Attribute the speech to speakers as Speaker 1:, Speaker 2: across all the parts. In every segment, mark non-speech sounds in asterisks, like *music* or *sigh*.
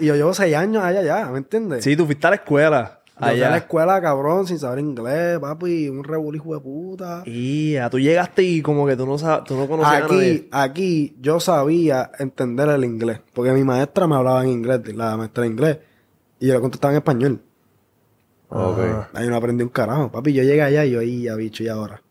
Speaker 1: Y yo llevo seis años allá, ya, ¿me entiendes?
Speaker 2: Sí, tú fuiste a la escuela.
Speaker 1: Yo fui a la
Speaker 2: Allá.
Speaker 1: escuela, cabrón, sin saber inglés, papi, un rebulijo de puta.
Speaker 2: Y ah, tú llegaste y como que tú no, sab- tú no conocías a nadie.
Speaker 1: Aquí, aquí yo sabía entender el inglés, porque mi maestra me hablaba en inglés, la maestra de inglés, y yo le contestaba en español.
Speaker 2: Ah. Ok.
Speaker 1: Ahí no aprendí un carajo, papi. Yo llegué allá y yo ahí, ya bicho, y ahora.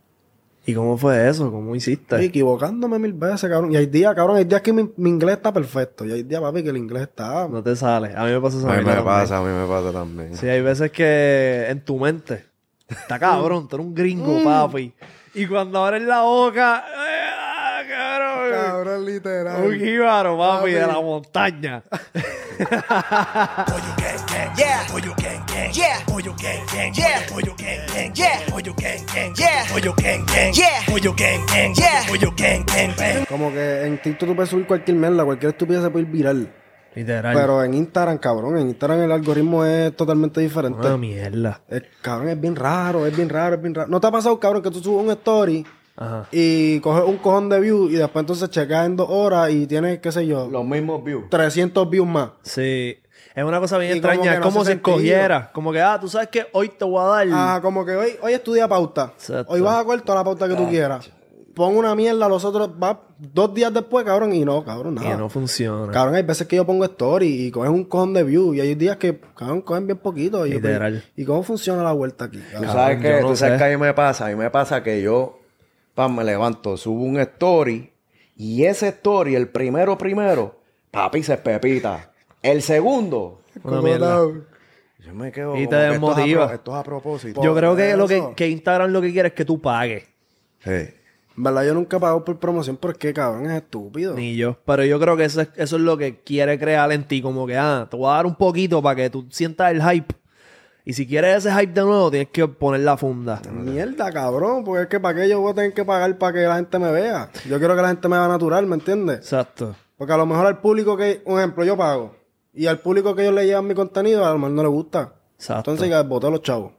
Speaker 2: ¿Y cómo fue eso? ¿Cómo hiciste?
Speaker 1: Estoy equivocándome mil veces, cabrón. Y hay días, cabrón, hay días que mi, mi inglés está perfecto, y hay días, papi, que el inglés está.
Speaker 2: No te sale. A mí me pasa esa
Speaker 3: A mí
Speaker 2: mierda
Speaker 3: me
Speaker 2: también.
Speaker 3: pasa, a mí me pasa también.
Speaker 2: Sí, hay veces que en tu mente está cabrón, tú eres un gringo, papi. Y cuando abres la boca, ¡ah, cabrón!
Speaker 1: literal.
Speaker 2: Un jíbaro, papi,
Speaker 1: Papi.
Speaker 2: de la montaña.
Speaker 4: Pollo gang gang, yeah. Pollo gang gang, yeah. Pollo gang gang, yeah. Pollo gang gang, yeah. Pollo gang gang, yeah. Pollo gang gang, yeah. Pollo gang gang, yeah. Pollo gang gang, bang.
Speaker 1: Como que en TikTok tú puedes subir cualquier mierda, cualquier estupidez se puede ir viral.
Speaker 2: Literal.
Speaker 1: Pero en Instagram, cabrón, en Instagram el algoritmo es totalmente diferente.
Speaker 2: una mierda.
Speaker 1: Eh, cabrón, es bien raro, es bien raro, es bien raro. ¿No te ha pasado, cabrón, que tú subes un story
Speaker 2: Ajá.
Speaker 1: y coges un cojón de views y después entonces checas en dos horas y tienes, qué sé yo,
Speaker 3: Los mismos views.
Speaker 1: 300 views más?
Speaker 2: Sí. Es una cosa bien
Speaker 1: Y como
Speaker 2: extraña.
Speaker 1: que
Speaker 2: Es
Speaker 1: no
Speaker 2: como
Speaker 1: hace
Speaker 2: si escogiera. Como que, ah, tú sabes que hoy te voy a dar.
Speaker 1: Ah, como que hoy, hoy estudia pauta.
Speaker 2: Exacto.
Speaker 1: Hoy vas a coger toda la pauta que
Speaker 3: Ah,
Speaker 1: tú quieras. Pon una mierda, los otros va dos días después, cabrón, y no, cabrón,
Speaker 2: y
Speaker 1: nada.
Speaker 2: no funciona.
Speaker 1: Cabrón, hay veces que yo pongo story y coges un cojón de views y hay días que, cabrón, cogen bien poquito. Y yo, pues,
Speaker 2: Literal.
Speaker 1: ¿Y cómo funciona la vuelta aquí?
Speaker 3: Tú
Speaker 1: cabrón?
Speaker 3: sabes,
Speaker 2: yo
Speaker 3: que,
Speaker 2: no
Speaker 3: tú sabes
Speaker 2: sé.
Speaker 3: que a mí me pasa, a mí me pasa que yo pam, me levanto, subo un story y ese story, el primero primero, papi se pepita. El segundo,
Speaker 2: Una mierda.
Speaker 3: yo me quedo.
Speaker 2: Y te
Speaker 3: como que esto es a pro-
Speaker 2: desmotiva.
Speaker 3: Esto es a propósito.
Speaker 2: Yo creo que, lo que,
Speaker 1: Eso.
Speaker 2: que Instagram lo que quiere es que tú pagues.
Speaker 3: Sí.
Speaker 1: En verdad, yo nunca pago por promoción porque, cabrón, es estúpido.
Speaker 2: Ni yo. Pero yo creo que eso es, eso es lo que quiere crear en ti. Como que, ah, te voy a dar un poquito para que tú sientas el hype. Y si quieres ese hype de nuevo, tienes que poner la funda.
Speaker 1: Mierda, cabrón, porque es que para qué yo voy a tener que pagar para que la gente me vea. Yo quiero que la gente me vea natural, ¿me entiendes?
Speaker 2: Exacto.
Speaker 1: Porque a lo mejor al público que, un ejemplo, yo pago. Y al público que ellos le llevan mi contenido, a lo mejor no le gusta.
Speaker 2: Exacto.
Speaker 1: Entonces, que boté a los chavos.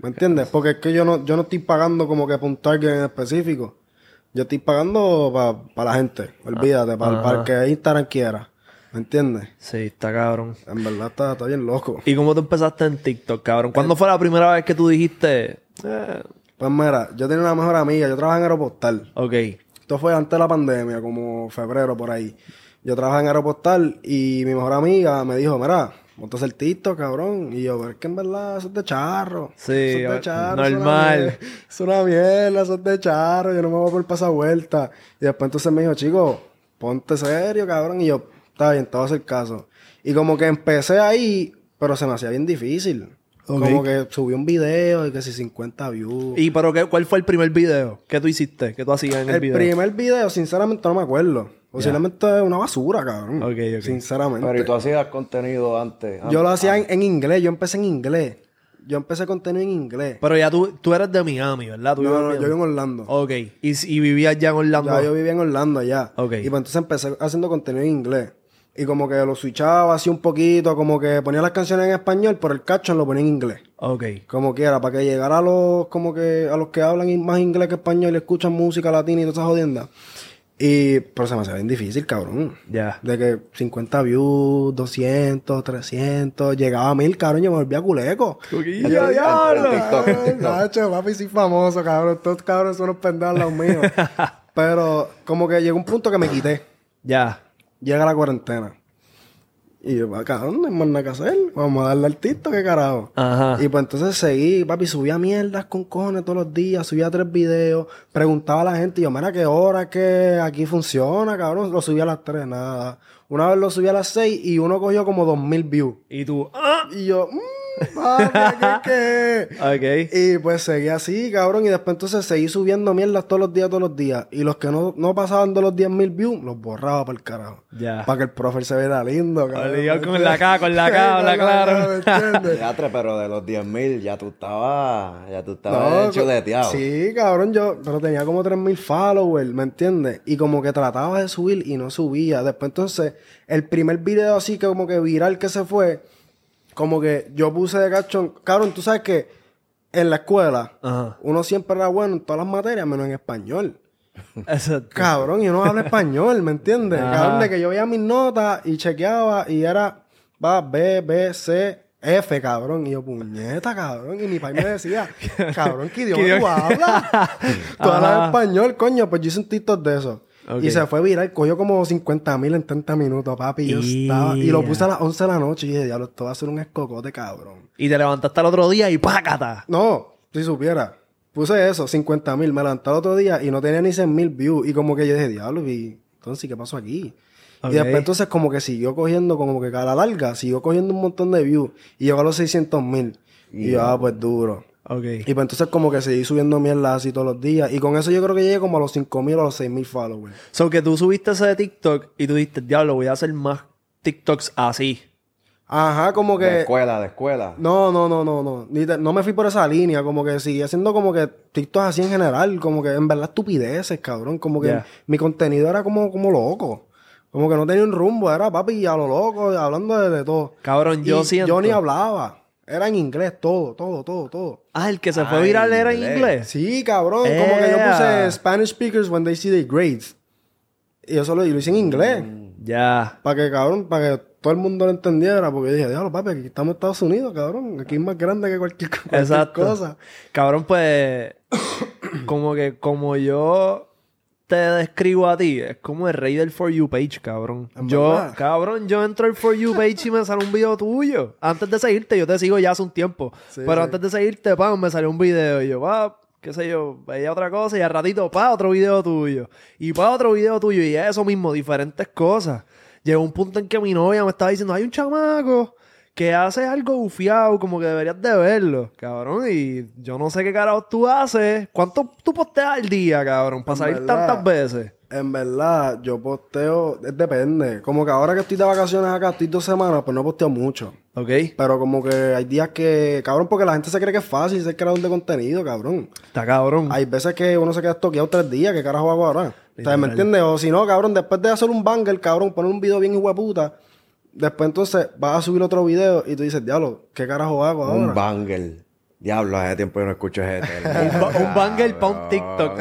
Speaker 1: ¿Me entiendes? Porque es que yo no, yo no estoy pagando como que para un target en específico. Yo estoy pagando para la gente. Olvídate, para el que Instagram quiera. ¿Me entiendes?
Speaker 2: Sí, está cabrón.
Speaker 1: En verdad está, está bien loco.
Speaker 2: ¿Y cómo tú empezaste en TikTok, cabrón? ¿Cuándo fue la primera vez que tú dijiste, eh,
Speaker 1: Pues mira, yo tenía una mejor amiga, yo trabajaba en Aeropostal.
Speaker 2: ok,
Speaker 1: Esto fue antes de la pandemia, como febrero por ahí. Yo trabajaba en Aeropostal y mi mejor amiga me dijo, mira, montas el TikTok, cabrón. Y yo, pero es que en verdad eso es de charro.
Speaker 2: Sí,
Speaker 1: eso es
Speaker 2: a-
Speaker 1: de charro. eso es una
Speaker 2: normal.
Speaker 1: mier- Es una mierda, eso es de charro. Yo no me voy por pasar vuelta. Y después entonces me dijo, chico, ponte serio, cabrón. Y yo, está bien, te voy a hacer caso. Y como que empecé ahí, pero se me hacía bien difícil.
Speaker 2: Ok.
Speaker 1: Como que subí un video y que si 50 views.
Speaker 2: ¿Y pero qué, cuál fue el primer video que tú hiciste? Que tú hacías en el,
Speaker 1: El
Speaker 2: video?
Speaker 1: primer video, sinceramente, no me acuerdo. Posiblemente es una basura, cabrón.
Speaker 2: Ok, ok.
Speaker 1: Sinceramente.
Speaker 3: Pero ¿y ah, tú hacías contenido antes.
Speaker 1: Yo lo hacía en, en inglés. Yo empecé en inglés. Yo empecé contenido en inglés.
Speaker 2: Pero ya tú, tú eres de Miami, ¿verdad? Tú
Speaker 1: No,
Speaker 2: vives
Speaker 1: no, yo vivo en
Speaker 2: Miami.
Speaker 1: Orlando.
Speaker 2: Ok, y, s- y vivías ya en Orlando.
Speaker 1: Ya, yo vivía en Orlando allá.
Speaker 2: Ok.
Speaker 1: Y pues entonces empecé haciendo contenido en inglés. Y como que lo switchaba así un poquito, como que ponía las canciones en español, pero el caption lo ponía en inglés.
Speaker 2: Ok,
Speaker 1: Como quiera, para que llegara a los, como que, a los que hablan in- más inglés que español y escuchan música latina y todas esas jodiendas. Y, pero se me hacía bien difícil, cabrón.
Speaker 2: ya.
Speaker 1: De que 50 views, 200, 300, llegaba a mil, cabrón, yo me volvía culeco. Y yo, diablo, cabrón, Nacho, papi, soy famoso, cabrón. Estos cabrones son unos pendejos los míos. Pero como que llegó un punto que me quité.
Speaker 2: Ya.
Speaker 1: Llega la cuarentena. Y yo, acá, ¿dónde hay más nada que hacer? Vamos a darle al tito, qué carajo.
Speaker 2: Ajá.
Speaker 1: Y pues entonces seguí, papi, subía mierdas con cojones todos los días, subía tres videos, preguntaba a la gente, yo, mira, ¿qué hora es que aquí funciona, cabrón? Lo subí a las tres, nada. Una vez lo subí a las seis y uno cogió como dos mil views.
Speaker 2: Y tú, ah,
Speaker 1: Y yo, mmm, papi,
Speaker 2: *laughs*
Speaker 1: ¿qué qué?
Speaker 2: ok.
Speaker 1: Y pues seguí así, cabrón, y después entonces seguí subiendo mierdas todos los días, todos los días. Y los que no, no pasaban de los 10.000 mil views, los borraba para el carajo.
Speaker 2: Ya.
Speaker 1: Para que el profe se viera lindo, cabrón.
Speaker 2: Obligado con la K, con la K,
Speaker 1: Sí, *laughs*
Speaker 2: habla claro.
Speaker 1: K, ¿me
Speaker 2: *laughs*
Speaker 1: entiendes?
Speaker 3: Teatro, pero de los 10.000 ya tú estabas. Ya tú
Speaker 1: No,
Speaker 3: estabas chuleteado.
Speaker 1: Sí, cabrón, yo, pero tenía como 3.000 followers, ¿me entiendes? Y como que trataba de subir y no subía. Después entonces, el primer video así que como que viral que se fue, como que yo puse de cachón, cabrón, tú sabes que en la escuela
Speaker 2: Ajá.
Speaker 1: uno siempre era bueno en todas las materias, menos en español.
Speaker 2: Exacto. *laughs*
Speaker 1: Cabrón, yo no hablo español, ¿me entiendes?
Speaker 2: Ajá.
Speaker 1: Cabrón, de que yo veía mis notas y chequeaba y era va B, B, C, F, cabrón. Y yo, puñeta, cabrón. Y mi país me
Speaker 2: *laughs*
Speaker 1: decía, cabrón, ¿qué
Speaker 2: ¿Qué
Speaker 1: idioma tú
Speaker 2: idioma? *laughs*
Speaker 1: hablas? tú hablas
Speaker 2: Ajá.
Speaker 1: español, coño. Pues yo hice un TikTok de eso.
Speaker 2: Ok.
Speaker 1: Y se fue viral, cogió como 50 mil en 30 minutos, papi. Y, yo estaba, y lo
Speaker 2: Ya.
Speaker 1: puse a las 11 de la noche y dije, diablo, esto va a ser un escocote, cabrón.
Speaker 2: Y te levantaste al otro día y ¡pácata!
Speaker 1: No, si supiera. Puse eso, 50 mil. Me levanté el otro día y no tenía ni 100 mil views. Y como que yo dije, diablo, y entonces, ¿qué pasó aquí?
Speaker 2: Ok.
Speaker 1: Y después entonces como que siguió cogiendo, como que a la larga, siguió cogiendo un montón de views. Y llegó a los 600 mil. Y yo, ah, pues duro.
Speaker 2: Ok.
Speaker 1: Y pues entonces como que seguí subiendo mierda así todos los días. Y con eso yo creo que llegué como a los 5 mil o a los 6 mil followers.
Speaker 2: So que tú subiste ese de TikTok y tú dijiste, diablo, voy a hacer más TikToks así.
Speaker 1: Ajá, como
Speaker 3: De
Speaker 1: que...
Speaker 3: escuela, de escuela.
Speaker 1: No, no, no, no, no. Ni te- no me fui por esa línea. Como que seguí haciendo como que TikTok así en general. Como que en verdad estupideces, cabrón. Como que
Speaker 2: Ya.
Speaker 1: mi contenido era como, como loco. Como que no tenía un rumbo. Era papi a lo loco, hablando de, de todo.
Speaker 2: Cabrón, yo
Speaker 1: Y
Speaker 2: siento-
Speaker 1: Yo ni hablaba. Era en inglés todo, todo, todo, todo.
Speaker 2: Ah, el que se fue
Speaker 3: Ay,
Speaker 2: viral era en
Speaker 3: inglés.
Speaker 2: inglés.
Speaker 1: Sí, cabrón. Como que yo
Speaker 2: Ea.
Speaker 1: puse Spanish speakers when they see their grades. Y yo solo y lo hice en inglés.
Speaker 2: Mm. Ya.
Speaker 1: Para que, cabrón, para que todo el mundo lo entendiera. Porque yo dije, diablo, papi, aquí estamos en Estados Unidos, cabrón. Aquí es más grande que cualquier, *laughs* cualquier
Speaker 2: Exacto.
Speaker 1: cosa.
Speaker 2: Cabrón,
Speaker 1: *coughs*
Speaker 2: pues. como que, como yo te describo a ti, es como el rey del For You page, cabrón.
Speaker 1: En
Speaker 2: Yo,
Speaker 1: verdad.
Speaker 2: cabrón, yo entro al For You page y me sale un video tuyo. Antes de seguirte, yo te sigo ya hace un tiempo.
Speaker 1: Sí,
Speaker 2: pero
Speaker 1: sí.
Speaker 2: antes de seguirte, pam, me salió un video. Y yo, pa, qué sé yo, veía otra cosa y al ratito, pa, otro video tuyo. Y pa, otro video tuyo. Y eso mismo, diferentes cosas. Llegó un punto en que mi novia me estaba diciendo, hay un chamaco que hace algo bufiado, como que deberías de verlo, cabrón. Y yo no sé qué carajo tú haces. ¿Cuánto tú posteas al día, cabrón, para
Speaker 1: En
Speaker 2: salir
Speaker 1: verdad.
Speaker 2: tantas veces?
Speaker 1: En verdad, yo posteo, eh, depende. Como que ahora que estoy de vacaciones acá, estoy dos semanas, pues no posteo mucho.
Speaker 2: ¿Ok?
Speaker 1: Pero como que hay días que, cabrón, porque la gente se cree que es fácil ser creador de contenido, cabrón.
Speaker 2: Está cabrón.
Speaker 1: Hay veces que uno se queda estoqueado tres días, ¿qué carajo hago ahora? O sea, ¿me entiendes? O si no, cabrón, después de hacer un banger, cabrón, poner un video bien hueputa, después entonces vas a subir otro video y tú dices, diablo, ¿qué carajo hago ahora?
Speaker 3: Un banger. Diablo, hace tiempo yo no escucho ese
Speaker 2: *laughs* un,
Speaker 3: término.
Speaker 2: ba-
Speaker 1: *laughs*
Speaker 2: un banger para un TikTok,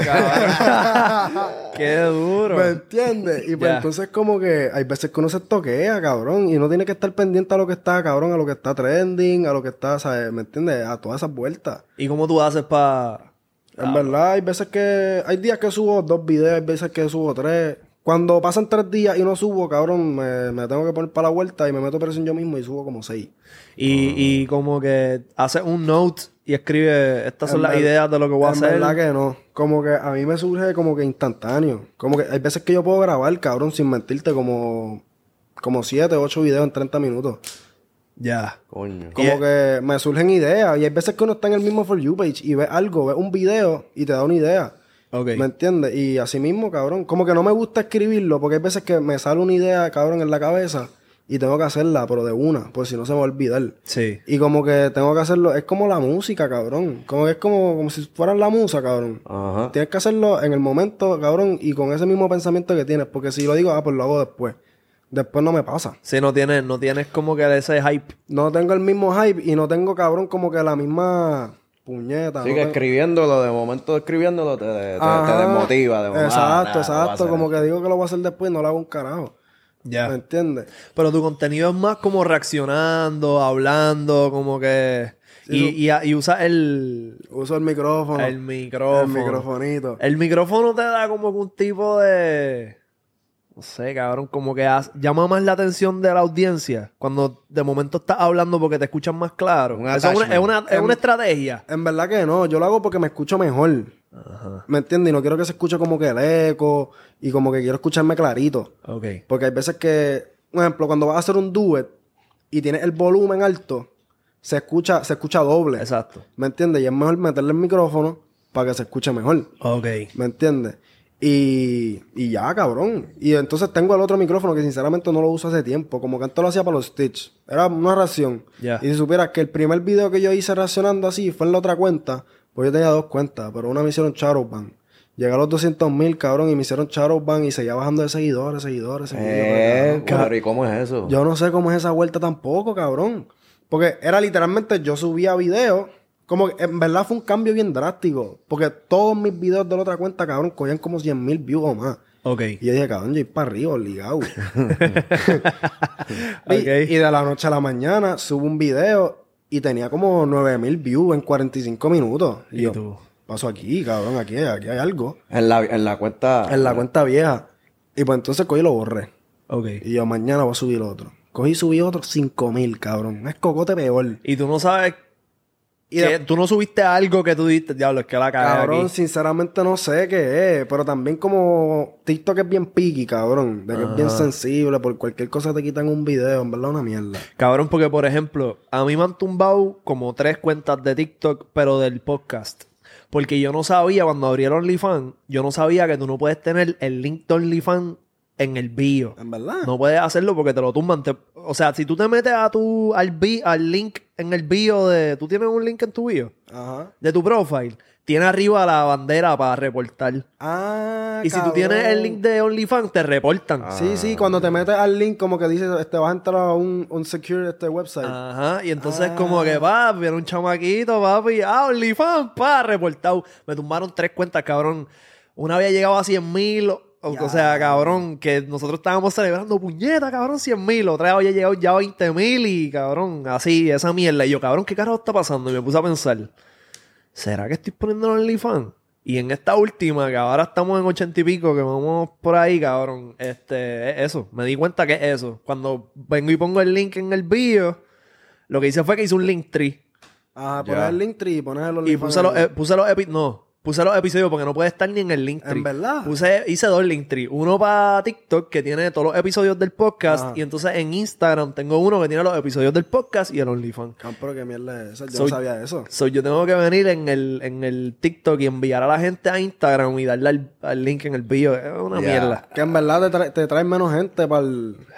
Speaker 2: cabrón. Qué duro.
Speaker 1: ¿Me entiendes? Y pues
Speaker 2: Ya.
Speaker 1: entonces como que hay veces que uno se toquea, cabrón, y uno tiene que estar pendiente a lo que está, cabrón, a lo que está trending, a lo que está, ¿sabes? ¿Me entiendes? A todas esas vueltas.
Speaker 2: ¿Y cómo tú haces para...? Ah,
Speaker 1: En verdad, hay veces que, hay días que subo dos videos, hay veces que subo tres. Cuando pasan tres días y no subo, cabrón, me, me tengo que poner para la vuelta y me meto presión yo mismo y subo como seis.
Speaker 2: Y, y como que haces un note y escribe estas son
Speaker 1: En
Speaker 2: las
Speaker 1: ver-
Speaker 2: ideas de lo que voy a
Speaker 1: en
Speaker 2: hacer.
Speaker 1: verdad que no. Como que a mí me surge como que instantáneo. Como que hay veces que yo puedo grabar, cabrón, sin mentirte, como, como siete, ocho videos en 30 minutos.
Speaker 2: Ya.
Speaker 3: Coño.
Speaker 1: Como que me surgen ideas. Y hay veces que uno está en el mismo For You page y ve algo, ve un video y te da una idea.
Speaker 2: Ok.
Speaker 1: ¿Me entiendes? Y así mismo, cabrón. Como que no me gusta escribirlo porque hay veces que me sale una idea, cabrón, en la cabeza y tengo que hacerla, pero de una, porque si no se me va a olvidar.
Speaker 2: Sí.
Speaker 1: Y como que tengo que hacerlo, es como la música, cabrón. Como que es como, como si fueras la musa, cabrón.
Speaker 3: Ajá.
Speaker 1: Tienes que hacerlo en el momento, cabrón, y con ese mismo pensamiento que tienes, porque si lo digo, ah, pues lo hago después. Después no me pasa.
Speaker 2: Sí, no tienes, no tienes como que ese hype.
Speaker 1: No tengo el mismo hype y no tengo, cabrón, como que la misma puñeta. no
Speaker 3: Sigue
Speaker 1: tengo-
Speaker 3: escribiéndolo, de momento escribiéndolo te, te- te
Speaker 1: Ajá.
Speaker 3: desmotiva. De momento. Ah,
Speaker 1: Exacto,
Speaker 3: nada, lo voy a
Speaker 1: exacto.
Speaker 3: hacer.
Speaker 1: Como que digo que lo voy a hacer después y no lo hago un carajo.
Speaker 2: Ya.
Speaker 1: ¿Me entiendes?
Speaker 2: Pero tu contenido es más como reaccionando, hablando, como que. Y, y, a- y usa el,
Speaker 1: Uso el micrófono.
Speaker 2: el micrófono.
Speaker 1: El microfonito.
Speaker 2: El micrófono te da como que un tipo de. No sé, cabrón, como que haz- llama más la atención de la audiencia cuando de momento estás hablando porque te escuchan más claro.
Speaker 3: Un
Speaker 2: Eso es una, es una- es
Speaker 1: Em-
Speaker 2: una estrategia.
Speaker 1: En verdad que no, yo lo hago porque me escucho mejor. ¿Me entiendes? Y no quiero que se escuche como que el eco y como que quiero escucharme clarito.
Speaker 2: Ok.
Speaker 1: Porque hay veces que, por ejemplo, cuando vas a hacer un duet y tienes el volumen alto, se escucha, se escucha doble.
Speaker 2: Exacto.
Speaker 1: ¿Me entiendes? Y es mejor meterle el micrófono para que se escuche mejor.
Speaker 2: Ok.
Speaker 1: ¿Me entiendes? Y, y ya, cabrón. Y entonces tengo el otro micrófono que sinceramente no lo uso hace tiempo. Como que antes lo hacía para los Stitch. Era una reacción.
Speaker 2: Ya.
Speaker 1: Y si supieras que el primer video que yo hice reaccionando así fue en la otra cuenta, pues yo tenía dos cuentas, pero una me hicieron Charoband. Llegué a los 200 mil, cabrón, y me hicieron Charoband y seguía bajando de seguidores, seguidores, seguidores.
Speaker 3: Eh,
Speaker 1: cabrón.
Speaker 3: cabrón, ¿y cómo es eso?
Speaker 1: Yo no sé cómo es esa vuelta tampoco, cabrón. Porque era literalmente yo subía videos. Como que en verdad fue un cambio bien drástico. Porque todos mis videos de la otra cuenta, cabrón, cogían como 100 mil views o más.
Speaker 2: Ok.
Speaker 1: Y yo dije, cabrón, yo ir para arriba,
Speaker 2: *laughs*
Speaker 1: obligado. y,
Speaker 2: Ok.
Speaker 1: y de la noche a la mañana subo un video y tenía como 9000 views en 45 minutos. Y,
Speaker 2: ¿Y
Speaker 1: yo,
Speaker 2: tú?
Speaker 1: paso aquí, cabrón, aquí, aquí hay algo.
Speaker 3: En la, en la cuenta.
Speaker 1: En la cuenta vieja. Y pues entonces cogí y lo borré.
Speaker 2: Ok.
Speaker 1: Y yo, mañana voy a subir otro. Cogí y subí otro 5000, cabrón. Es cocote peor.
Speaker 2: Y tú no sabes.
Speaker 1: Y
Speaker 2: que-
Speaker 1: de-
Speaker 2: Tú no subiste algo que tú diste. Diablo, es que la cagué
Speaker 1: Cabrón,
Speaker 2: aquí.
Speaker 1: sinceramente no sé qué es, pero también como TikTok es bien piqui, cabrón, de que es bien sensible, por cualquier cosa te quitan un video, en verdad una mierda.
Speaker 2: Cabrón, porque por ejemplo, a mí me han tumbado como tres cuentas de TikTok, pero del podcast. Porque yo no sabía, cuando abrieron OnlyFans, yo no sabía que tú no puedes tener el link de OnlyFans en el bio.
Speaker 1: En verdad.
Speaker 2: No puedes hacerlo porque te lo tumban. Te- o sea, si tú te metes a tu, al, bi- al link en el bio de... ¿Tú tienes un link en tu bio?
Speaker 1: Ajá.
Speaker 2: De tu profile. Tiene arriba la bandera para reportar.
Speaker 1: Ah,
Speaker 2: y si tú
Speaker 1: cabrón.
Speaker 2: tienes el link de OnlyFans, te reportan.
Speaker 1: Sí, sí, cuando te metes al link como que dices, este, vas a entrar a un, un secure este website.
Speaker 2: Ajá, y entonces
Speaker 1: Ah.
Speaker 2: como que papi, viene un chamaquito, papi, ah, OnlyFans, pa, reportado. Me tumbaron tres cuentas, cabrón. Una había llegado a 100 mil, o, o sea, cabrón, que nosotros estábamos celebrando, puñeta, cabrón, 100 mil. Otra había llegado ya a 20 mil y, cabrón, así, esa mierda. Y yo, cabrón, ¿qué carajo está pasando? Y me puse a pensar, ¿será que estoy poniendo en OnlyFans? Y en esta última, que ahora estamos en ochenta y pico, que vamos por ahí, cabrón, este, es eso. Me di cuenta que es eso. Cuando vengo y pongo el link en el bio, lo que hice fue que hice un link tree.
Speaker 1: Ajá,
Speaker 3: Ya.
Speaker 1: pones el link tree y pones el
Speaker 2: Y
Speaker 1: OnlyFans.
Speaker 2: puse los, eh, puse los epi- no, puse los episodios porque no puede estar ni en el link tree.
Speaker 1: ¿En verdad?
Speaker 2: Puse, hice dos link tree. Uno para TikTok que tiene todos los episodios del podcast
Speaker 1: Ajá.
Speaker 2: y entonces en Instagram tengo uno que tiene los episodios del podcast y el OnlyFans.
Speaker 1: Ah, pero qué mierda es esa, yo
Speaker 2: Soy-
Speaker 1: no sabía eso.
Speaker 2: So, yo tengo que venir en el, en el TikTok y enviar a la gente a Instagram y darle al, al link en el bio. Es una
Speaker 3: Ya.
Speaker 2: mierda.
Speaker 1: Que en verdad te, trae, te traen menos gente para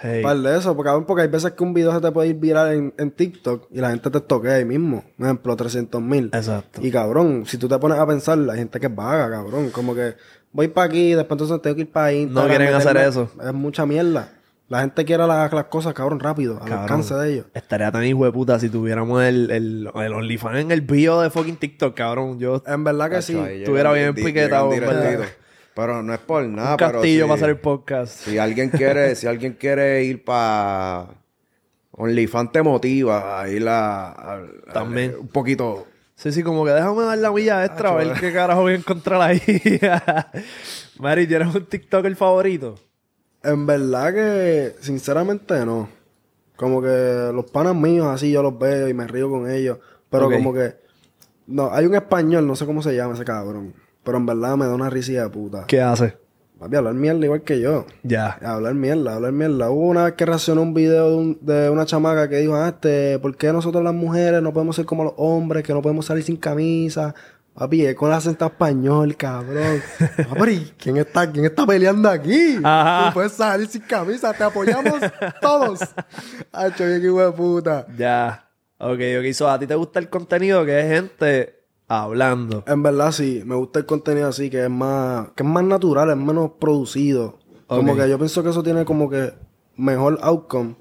Speaker 2: Hey.
Speaker 1: el de eso. Porque, cabrón, porque hay veces que un video se te puede ir viral en, en TikTok y la gente te toquea ahí mismo. Por ejemplo, 300 mil.
Speaker 2: Exacto.
Speaker 1: Y cabrón, si tú te pones a pensar, la gente que es vaga, cabrón. Como que voy para aquí, después entonces tengo que ir para ahí.
Speaker 2: quieren hacer eso.
Speaker 1: Es mucha mierda. La gente quiere las, las cosas, cabrón, rápido, al
Speaker 2: Cabrón.
Speaker 1: alcance de ellos.
Speaker 2: Estaría tan hijo de puta si tuviéramos el, el, el OnlyFans en el bio de fucking TikTok, cabrón. Yo
Speaker 1: En verdad que
Speaker 3: Cacho,
Speaker 1: sí.
Speaker 3: ahí
Speaker 2: Estuviera
Speaker 3: llegan
Speaker 2: bien
Speaker 3: di-
Speaker 2: piquetado,
Speaker 3: llegan
Speaker 1: pues,
Speaker 2: ¿verdad?
Speaker 3: divertido. Pero no es por nada.
Speaker 2: un
Speaker 3: pero
Speaker 2: castillo
Speaker 3: sí.
Speaker 2: para hacer el podcast.
Speaker 3: Si alguien quiere, si alguien quiere ir para OnlyFans te motiva a ir a, a- a-
Speaker 2: También.
Speaker 3: un poquito.
Speaker 2: Sí, sí, como que déjame dar la milla extra a ver qué carajo voy a encontrar ahí. *laughs* Mari, ¿tienes un TikToker favorito?
Speaker 1: En verdad que, sinceramente, no. Como que los panas míos, así yo los veo y me río con ellos. Pero
Speaker 2: Ok.
Speaker 1: como que. No, hay un español, no sé cómo se llama ese cabrón. Pero en verdad me da una risa de puta.
Speaker 2: ¿Qué hace?
Speaker 1: Papi, hablar mierda igual que yo.
Speaker 2: Ya.
Speaker 1: Hablar mierda, hablar mierda. Hubo una vez que reaccionó un video de, un- de una chamaca que dijo, ah, este, ¿por qué nosotros las mujeres no podemos ser como los hombres, que no podemos salir sin camisa? Papi, es con acento español, cabrón. Papi, ¿quién está, ¿quién está peleando aquí?
Speaker 2: Ajá.
Speaker 1: Tú puedes salir sin camisa, te apoyamos todos. Ah, bien hijo de puta.
Speaker 2: Ya. Ok, ok. So, ¿A ti te gusta el contenido que es gente hablando?
Speaker 1: En verdad sí, me gusta el contenido así, que es más, que es más natural, es menos producido. Como
Speaker 2: Ok.
Speaker 1: que yo pienso que eso tiene como que mejor outcome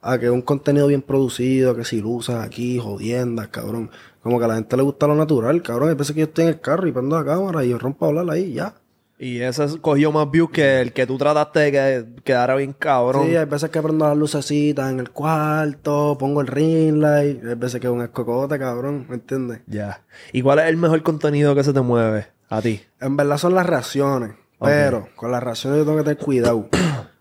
Speaker 1: a que un contenido bien producido, que si luces aquí, jodiendas, cabrón. Como que a la gente le gusta lo natural, cabrón. Y pienso que yo estoy en el carro y prendo la cámara y yo rompo a hablar ahí, ya.
Speaker 2: Y ese es- cogió más views que el que tú trataste de que quedara bien cabrón.
Speaker 1: Sí, hay veces que prendo las lucecitas en el cuarto, pongo el ring light, hay veces que es un escocote, cabrón, ¿me entiendes?
Speaker 2: Ya. ¿Y cuál es el mejor contenido que se te mueve a ti?
Speaker 1: En verdad son las reacciones,
Speaker 2: Ok.
Speaker 1: pero con las reacciones yo tengo que tener cuidado.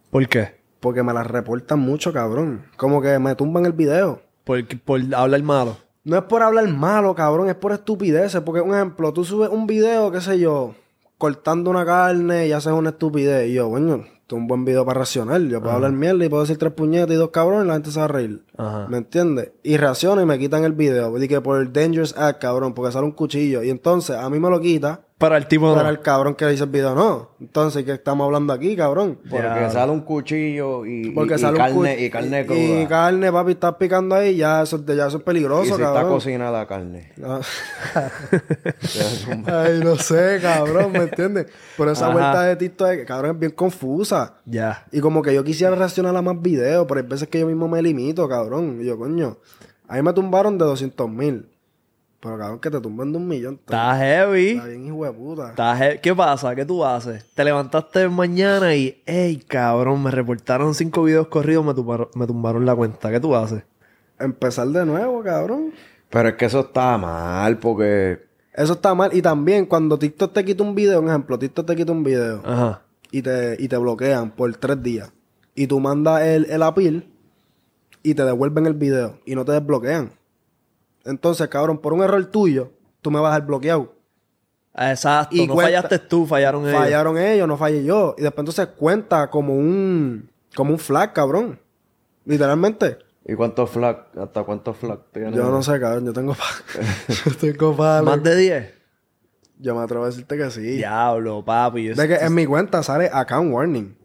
Speaker 2: ¿Por qué?
Speaker 1: Porque me las reportan mucho, cabrón. Como que me tumban el video.
Speaker 2: Por, por hablar malo.
Speaker 1: No es por hablar malo, cabrón, es por estupideces. Porque, un ejemplo, tú subes un video, qué sé yo, cortando una carne y haces una estupidez. Y yo, bueno, tú un buen video para reaccionar. Yo puedo hablar mierda y puedo decir tres puñetas y dos cabrones y la gente se va a reír.
Speaker 2: Ajá.
Speaker 1: ¿Me entiendes? Y reacciona y me quitan el video. Y que por el Dangerous Act, cabrón, porque sale un cuchillo. Y entonces a mí me lo quita
Speaker 2: Para el tipo no.
Speaker 1: para el cabrón que hizo el video, no. Entonces, ¿qué estamos hablando aquí, cabrón?
Speaker 3: Porque
Speaker 2: Diablo.
Speaker 3: sale un cuchillo y, y-
Speaker 1: Porque
Speaker 3: y
Speaker 1: sale un
Speaker 3: carne,
Speaker 1: cu-
Speaker 3: y carne
Speaker 1: y-
Speaker 3: cruda.
Speaker 1: Y
Speaker 3: Y,
Speaker 1: carne, papi, estás picando ahí, ya eso, es de- ya eso es peligroso,
Speaker 3: si está
Speaker 1: cabrón.
Speaker 3: cocinada la carne.
Speaker 1: Ah. *laughs*
Speaker 3: Eso es un-
Speaker 1: Ay, no sé, cabrón, ¿me entiendes? Pero esa
Speaker 2: Ajá.
Speaker 1: vuelta de TikTok, cabrón, es bien confusa.
Speaker 2: Ya.
Speaker 1: Y como que yo quisiera reaccionar a más videos, pero hay veces que yo mismo me limito, cabrón. Y yo, coño, ahí me tumbaron de 200 mil. Pero cabrón, que te tumban de un millón.
Speaker 2: Está heavy.
Speaker 1: Está bien, hijo de puta.
Speaker 2: Está he- ¿Qué pasa? ¿Qué tú haces? Te levantaste mañana y, ey, cabrón, me reportaron cinco videos corridos, me tumbaron, me tumbaron la cuenta. ¿Qué tú haces?
Speaker 1: Empezar de nuevo, cabrón.
Speaker 3: Pero es que eso está mal porque...
Speaker 1: Eso está mal. Y también cuando TikTok te quita un video, un ejemplo, TikTok te quita un video
Speaker 2: Ajá.
Speaker 1: y, te, y te bloquean por tres días. Y tú mandas el, el appeal y te devuelven el video y no te desbloquean. Entonces, cabrón, por un error tuyo, tú me vas a dejar bloqueado.
Speaker 2: Exacto.
Speaker 1: Y
Speaker 2: no
Speaker 1: cuenta-
Speaker 2: fallaste tú, fallaron ellos.
Speaker 1: Fallaron ellos, no fallé yo. Y después entonces cuenta como un, como un flag, cabrón. Literalmente.
Speaker 3: ¿Y cuántos flag? ¿Hasta cuántos flag tienes?
Speaker 1: Yo no sé, cabrón, yo tengo
Speaker 2: *laughs*
Speaker 1: pa- yo tengo palo.
Speaker 2: ¿Más de 10?
Speaker 1: Yo me atrevo a decirte que sí.
Speaker 2: Diablo, papi. yo-
Speaker 1: De que en mi cuenta sale account warning.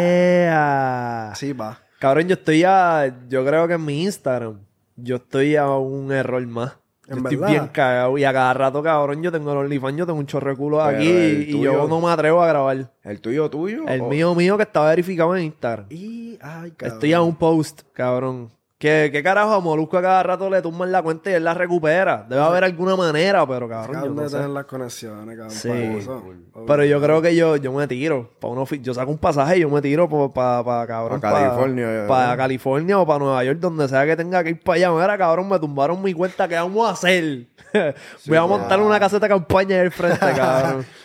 Speaker 2: Yeah.
Speaker 1: Así va.
Speaker 2: Cabrón, yo estoy a. Yo creo que en mi Instagram. Yo estoy a un error más. Yo
Speaker 1: ¿En
Speaker 2: estoy
Speaker 1: verdad?
Speaker 2: bien cagado. Y a cada rato, cabrón, yo tengo el OnlyFans, yo tengo un chorro de culo
Speaker 3: Pero
Speaker 2: aquí.
Speaker 3: el
Speaker 2: Y yo
Speaker 3: tuyo-
Speaker 2: no me atrevo a grabar.
Speaker 3: ¿El tuyo tuyo? Oh,
Speaker 2: El
Speaker 1: Oh.
Speaker 3: o-
Speaker 2: mío mío que está verificado en Instagram.
Speaker 1: Y, ay, cabrón.
Speaker 2: Estoy a un post, cabrón. ¿Qué, qué carajo? A Molusco a cada rato le tumban la cuenta y él la recupera. Debe haber alguna manera, pero cabrón, yo
Speaker 1: Cabrón,
Speaker 2: no
Speaker 1: de
Speaker 2: sé.
Speaker 1: tener las conexiones, cabrón.
Speaker 2: Sí.
Speaker 1: para eso.
Speaker 2: Pero yo creo que yo, yo me tiro. Pa uno, fi- yo saco un pasaje y yo me tiro para cabrón.
Speaker 3: Pa' California, ya.
Speaker 2: Para California o para Nueva York, donde sea que tenga que ir para allá. Mira, cabrón, me tumbaron mi cuenta. ¿Qué vamos a hacer? *laughs* Voy a montar una caseta de campaña en
Speaker 1: *laughs*
Speaker 2: el frente, cabrón. *laughs*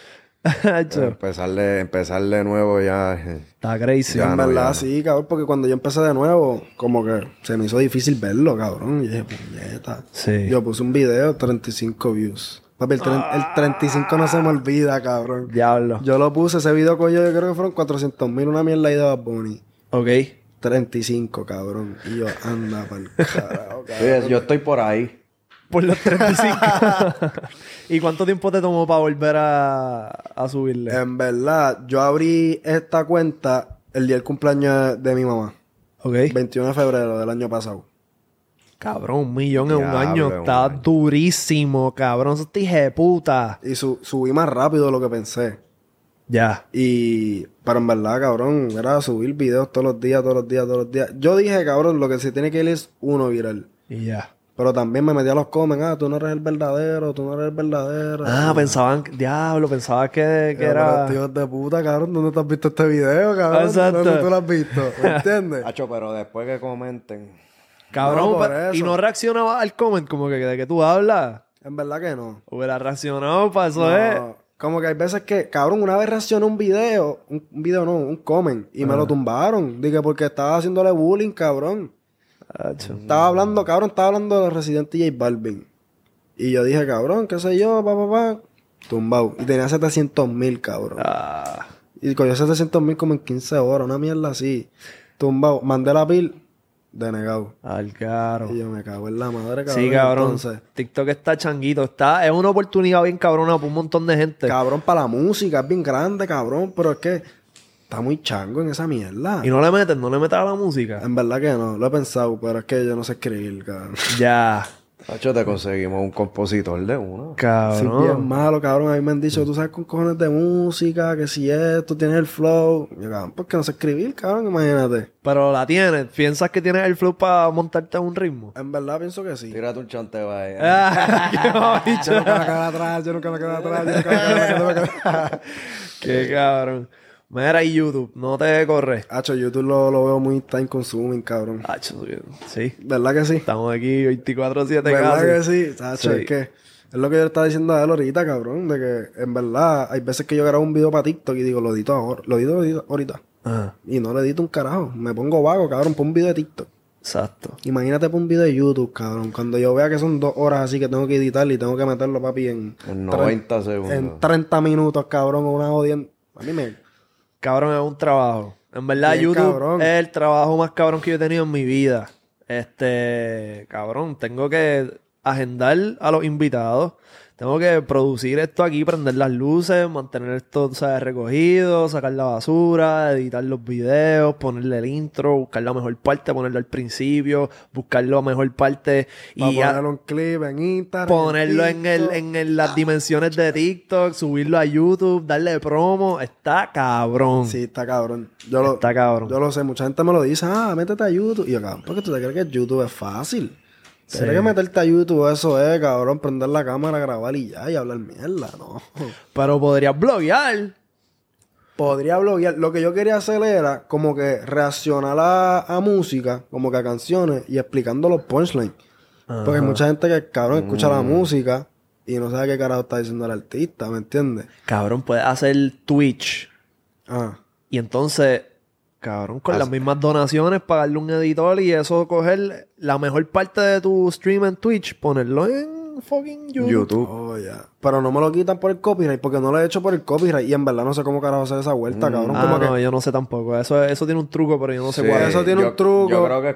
Speaker 3: Pero
Speaker 2: Hacho,
Speaker 3: Empezar de, empezar de nuevo ya.
Speaker 2: Está crazy.
Speaker 3: Ya.
Speaker 1: En
Speaker 3: no,
Speaker 1: verdad,
Speaker 3: no.
Speaker 1: sí, cabrón, porque cuando yo empecé de nuevo, como que se me hizo difícil verlo, cabrón. Y dije, puñeta.
Speaker 2: Sí.
Speaker 1: Yo puse un video, 35 views. Papi, el, tren- el 35 no se me olvida, cabrón.
Speaker 2: Diablo.
Speaker 1: Yo lo puse, ese video coño, yo creo que fueron 400 mil, una mierda ahí de Bad Bunny.
Speaker 2: Ok.
Speaker 1: 35, cabrón. Y yo, anda pa'l
Speaker 3: *laughs*
Speaker 1: carajo,
Speaker 3: Sí,
Speaker 1: cabrón.
Speaker 3: yo estoy por ahí.
Speaker 2: Por los
Speaker 1: *laughs*
Speaker 2: 35. ¿Y cuánto tiempo te tomó para volver a, a subirle?
Speaker 1: En verdad, yo abrí esta cuenta el día del cumpleaños de mi mamá.
Speaker 2: ok.
Speaker 1: 21 de febrero del año pasado.
Speaker 2: Cabrón, un millón en un
Speaker 3: Diablo,
Speaker 2: año.
Speaker 3: en un
Speaker 2: Está
Speaker 3: año.
Speaker 2: durísimo, cabrón. Eso te dije de puta.
Speaker 1: Y su- subí más rápido de lo que pensé.
Speaker 2: Ya.
Speaker 1: Y, pero en verdad, cabrón, era subir videos todos los días, todos los días, todos los días. Yo dije, cabrón, lo que se tiene que ir es uno viral.
Speaker 2: Y ya.
Speaker 1: Pero también me metí a los comments, ah, tú no eres el verdadero, tú no eres el verdadero.
Speaker 2: Ah, pensaban, diablo, pensaba que, que era.
Speaker 1: Pero, tíos de puta, cabrón, ¿dónde te has visto este video, cabrón?
Speaker 2: Exacto.
Speaker 1: ¿Dónde tú lo has
Speaker 2: *laughs*
Speaker 1: visto? ¿Me entiendes?
Speaker 3: Hacho, pero después que comenten.
Speaker 2: Cabrón,
Speaker 1: No, por
Speaker 2: pa- y
Speaker 1: eso.
Speaker 2: no reaccionaba al comment, como que de que tú hablas.
Speaker 1: en verdad que no.
Speaker 2: Hubiera reaccionado para eso,
Speaker 1: No,
Speaker 2: ¿eh?
Speaker 1: Como que hay veces que, cabrón, una vez reaccioné a un video, un, un video no, un comment, y me lo tumbaron. Dije, porque estaba haciéndole bullying, cabrón.
Speaker 2: Acho.
Speaker 1: Estaba hablando, cabrón, estaba hablando de Residente J Balvin. Y yo dije, cabrón, qué sé yo, pa, pa, pa. Tumbado. Y tenía 700 mil, cabrón.
Speaker 2: Ah,
Speaker 1: Y cogió 700 mil como en 15 horas, una mierda así. Tumbado. Mandé la pil, denegado.
Speaker 2: al caro.
Speaker 1: Y yo me cago en la madre, cabrón.
Speaker 2: Sí, cabrón.
Speaker 1: Entonces,
Speaker 2: TikTok está changuito. Está, es una oportunidad bien cabrona para un montón de gente.
Speaker 1: Cabrón, para la música, es bien grande, cabrón, pero es que está muy chango en esa mierda.
Speaker 2: Y no le meten, no le metas a la música.
Speaker 1: En verdad que no, lo he pensado, pero es que yo no sé escribir, cabrón.
Speaker 2: ya.
Speaker 3: Hacho, te conseguimos un compositor de uno.
Speaker 1: Soy
Speaker 2: Cabrón.
Speaker 1: bien malo, cabrón. A mí me han dicho, tú sabes con cojones de música, que si esto, tienes el flow. Yo, cabrón, ¿por qué no sé escribir, cabrón? Imagínate.
Speaker 2: Pero la tienes. ¿Piensas que tienes el flow para montarte a un ritmo? *laughs*
Speaker 1: En verdad pienso que sí.
Speaker 3: Tírate un chanteo ahí.
Speaker 2: Ah, ¡Qué
Speaker 1: *laughs*
Speaker 2: bicho!
Speaker 1: Yo nunca me quedo atrás, yo nunca me quedo atrás, yo nunca me quedo atrás, yo nunca me quedo *laughs* atrás.
Speaker 2: ¡Qué cabrón! Mira, y YouTube, no te corres.
Speaker 1: Hacho, YouTube lo, lo veo muy time consuming, cabrón.
Speaker 2: Hacho, sí.
Speaker 1: ¿Verdad que *laughs* sí?
Speaker 2: Estamos aquí 24-7
Speaker 1: ¿Verdad
Speaker 2: casi.
Speaker 1: que sí? Tacho,
Speaker 2: Sí.
Speaker 1: es que es lo que yo le estaba diciendo a él ahorita, cabrón, de que en verdad hay veces que yo grabo un video para TikTok y digo, lo edito ahora, lo edito, lo edito ahorita.
Speaker 2: Ajá,
Speaker 1: Y no le edito un carajo. Me pongo vago, cabrón, por un video de TikTok.
Speaker 2: exacto.
Speaker 1: Imagínate por un video de YouTube, cabrón. Cuando yo vea que son dos horas así que tengo que editar y tengo que meterlo, papi, en,
Speaker 3: En
Speaker 1: tre-
Speaker 3: 90
Speaker 1: en
Speaker 3: segundos.
Speaker 1: 30 minutos, cabrón, o una odien. A mí me.
Speaker 2: Cabrón, es un trabajo. En verdad,
Speaker 1: Bien
Speaker 2: YouTube
Speaker 1: cabrón.
Speaker 2: es el trabajo más cabrón que yo he tenido en mi vida. Este, cabrón, tengo que agendar a los invitados. Tengo que producir esto aquí, prender las luces, mantener esto, tú ¿sabes? recogido, sacar la basura, editar los videos, ponerle el intro, buscar la mejor parte, ponerlo al principio, buscar la mejor parte
Speaker 1: Para
Speaker 2: y a-
Speaker 1: ponerlo en clip, en Instagram.
Speaker 2: ponerlo en, el,
Speaker 1: TikTok.
Speaker 2: en el- las dimensiones de TikTok, subirlo a YouTube, darle promo. Está cabrón.
Speaker 1: Sí, está cabrón. Yo lo,
Speaker 2: Está cabrón.
Speaker 1: Yo lo sé, mucha gente me lo dice, ah, métete a YouTube. Y yo, cabrón, porque tú te crees que YouTube es fácil. Será que meterte a YouTube eso es, cabrón, prender la cámara, grabar y ya, y hablar mierda, no. *laughs*
Speaker 2: Pero podrías bloguear.
Speaker 1: Podría bloguear. Lo que yo quería hacer era como que reaccionar a, a música, como que a canciones, y explicando los punchlines. Porque hay mucha gente que, cabrón, escucha
Speaker 2: Mm.
Speaker 1: la música y no sabe qué carajo está diciendo el artista, ¿me entiendes?
Speaker 2: Cabrón, puedes hacer Twitch.
Speaker 1: Ah.
Speaker 2: Y entonces, cabrón, con las mismas donaciones, pagarle un editor y eso coger la mejor parte de tu stream en Twitch, ponerlo en fucking YouTube.
Speaker 3: YouTube.
Speaker 1: Oh, ya. Pero no me lo quitan por el copyright, porque no lo he hecho por el copyright. Y en verdad no sé cómo carajo hacer esa vuelta, cabrón.
Speaker 2: Ah,
Speaker 1: como que
Speaker 2: no, yo no sé tampoco. Eso, eso tiene un truco, pero yo no sé
Speaker 3: Sí,
Speaker 2: cuál es.
Speaker 1: Eso tiene
Speaker 3: yo-
Speaker 1: un truco.
Speaker 3: Yo creo que es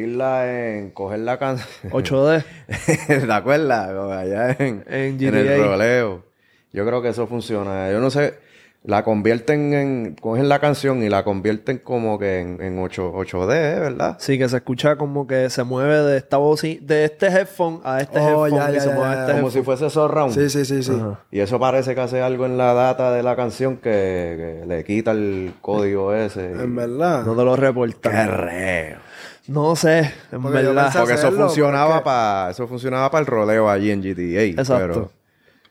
Speaker 3: convertirla en coger la canción.
Speaker 2: 8D.
Speaker 3: *laughs* ¿Te acuerdas? Como Allá en,
Speaker 2: En
Speaker 3: el
Speaker 2: GTA.
Speaker 3: roleo. Yo creo que eso funciona. Yo no sé. La convierten en. Cogen la canción y la convierten como que en, en 8, 8D, ¿eh? ¿verdad?
Speaker 2: Sí, que se escucha como que se mueve de esta voz de este headphone a este
Speaker 1: Oh,
Speaker 2: headphone
Speaker 1: ya,
Speaker 2: y
Speaker 1: ya,
Speaker 2: se
Speaker 1: ya,
Speaker 2: mueve
Speaker 1: ya,
Speaker 2: a este
Speaker 1: ya.
Speaker 3: Como
Speaker 2: headphone.
Speaker 3: si fuese surround.
Speaker 1: Sí, sí, sí, sí.
Speaker 3: Y eso parece que hace algo en la data de la canción que, que le quita el código ese.
Speaker 1: En verdad.
Speaker 2: No te lo reportan.
Speaker 3: Qué reo.
Speaker 2: No sé, en
Speaker 1: Porque yo
Speaker 2: verdad.
Speaker 1: pensaba-
Speaker 3: Porque eso
Speaker 1: hacerlo,
Speaker 3: funcionaba
Speaker 1: porque-
Speaker 3: para eso funcionaba para el roleo allí en GTA.
Speaker 2: Exacto.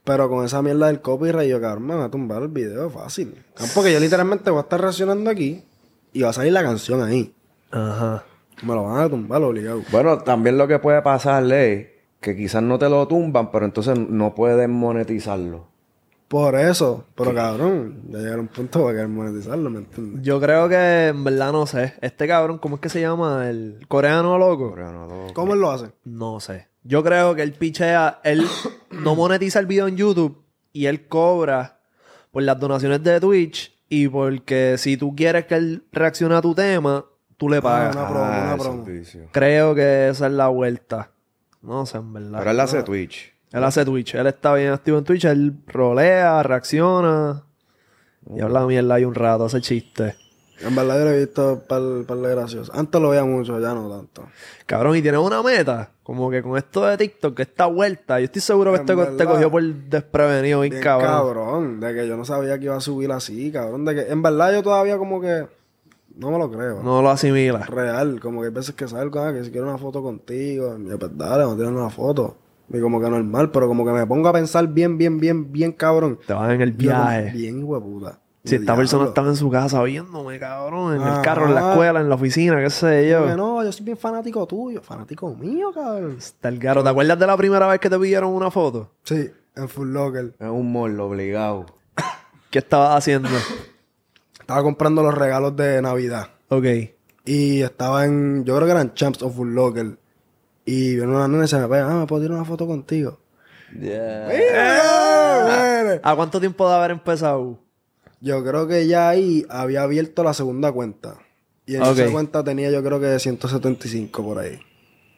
Speaker 1: Pero con esa mierda del copyright, yo, cabrón, me van a tumbar el video fácil. Porque yo literalmente voy a estar reaccionando aquí y va a salir la canción ahí.
Speaker 2: Ajá.
Speaker 1: Me lo van a tumbar obligado.
Speaker 3: Pero, bueno, también lo que puede pasarle es que quizás no te lo tumban, pero entonces no pueden monetizarlo.
Speaker 1: Por eso, pero cabrón, ya llegaron a un punto para querer monetizarlo, ¿me entiendes?
Speaker 2: Yo creo que en verdad no sé. Este cabrón, ¿cómo es que se llama? ¿El coreano loco?
Speaker 3: Pero no lo-
Speaker 1: ¿Cómo él lo hace?
Speaker 2: No sé. Yo creo que él pichea, él no monetiza el video en YouTube y él cobra por las donaciones de Twitch y porque si tú quieres que él reaccione a tu tema, tú le pagas.
Speaker 1: una promo, una
Speaker 3: Ah, eso es
Speaker 1: promo.
Speaker 3: vicio.
Speaker 2: Creo que esa es la vuelta. No sé, en verdad.
Speaker 3: Pero él hace Twitch.
Speaker 2: Él hace Twitch. Él está bien activo en Twitch. Él rolea, reacciona. Y habla mierda ahí un rato, hace chistes.
Speaker 1: En verdad yo lo he visto par, par de gracioso. Antes lo veía mucho, ya no tanto.
Speaker 2: Cabrón, y tienes una meta. Como que con esto de TikTok, que esta vuelta, yo estoy seguro que
Speaker 1: En
Speaker 2: este co- te
Speaker 1: verdad.
Speaker 2: cogió por desprevenido, bien
Speaker 1: Bien
Speaker 2: cabrón.
Speaker 1: cabrón, de que yo no sabía que iba a subir así, cabrón. De que en verdad yo todavía como que no me lo creo.
Speaker 2: No lo asimila.
Speaker 1: real. Como que hay veces que salgo, ah, que si quiero una foto contigo, y yo, pues dale, no tienen una foto. Y como que normal, pero como que me pongo a pensar bien, bien, bien, bien cabrón.
Speaker 2: Te vas en el
Speaker 1: Yo como,
Speaker 2: viaje.
Speaker 1: Bien, hueputa.
Speaker 2: Si esta persona estaba en su casa viéndome, cabrón, en el carro, en la
Speaker 1: Ajá.
Speaker 2: escuela, en la oficina, qué sé yo.
Speaker 1: no, yo soy bien fanático tuyo, fanático mío, cabrón.
Speaker 2: Está el caro. ¿Te acuerdas de la primera vez que te pidieron una foto?
Speaker 1: Sí, en Full Locker.
Speaker 3: Es un morlo obligado.
Speaker 2: ¿Qué estabas
Speaker 1: *laughs*
Speaker 2: haciendo?
Speaker 1: Estaba comprando los regalos de Navidad.
Speaker 2: ok.
Speaker 1: Y estaba en, yo creo que eran Champs of Full Locker. Y viene una nena y se me pega, ah, me puedo tirar una foto contigo.
Speaker 2: Ah, ¿A cuánto tiempo de haber empezado?
Speaker 1: Yo creo que ya ahí había abierto la segunda cuenta. Y en
Speaker 2: Ok.
Speaker 1: esa cuenta tenía yo creo que 175 por ahí.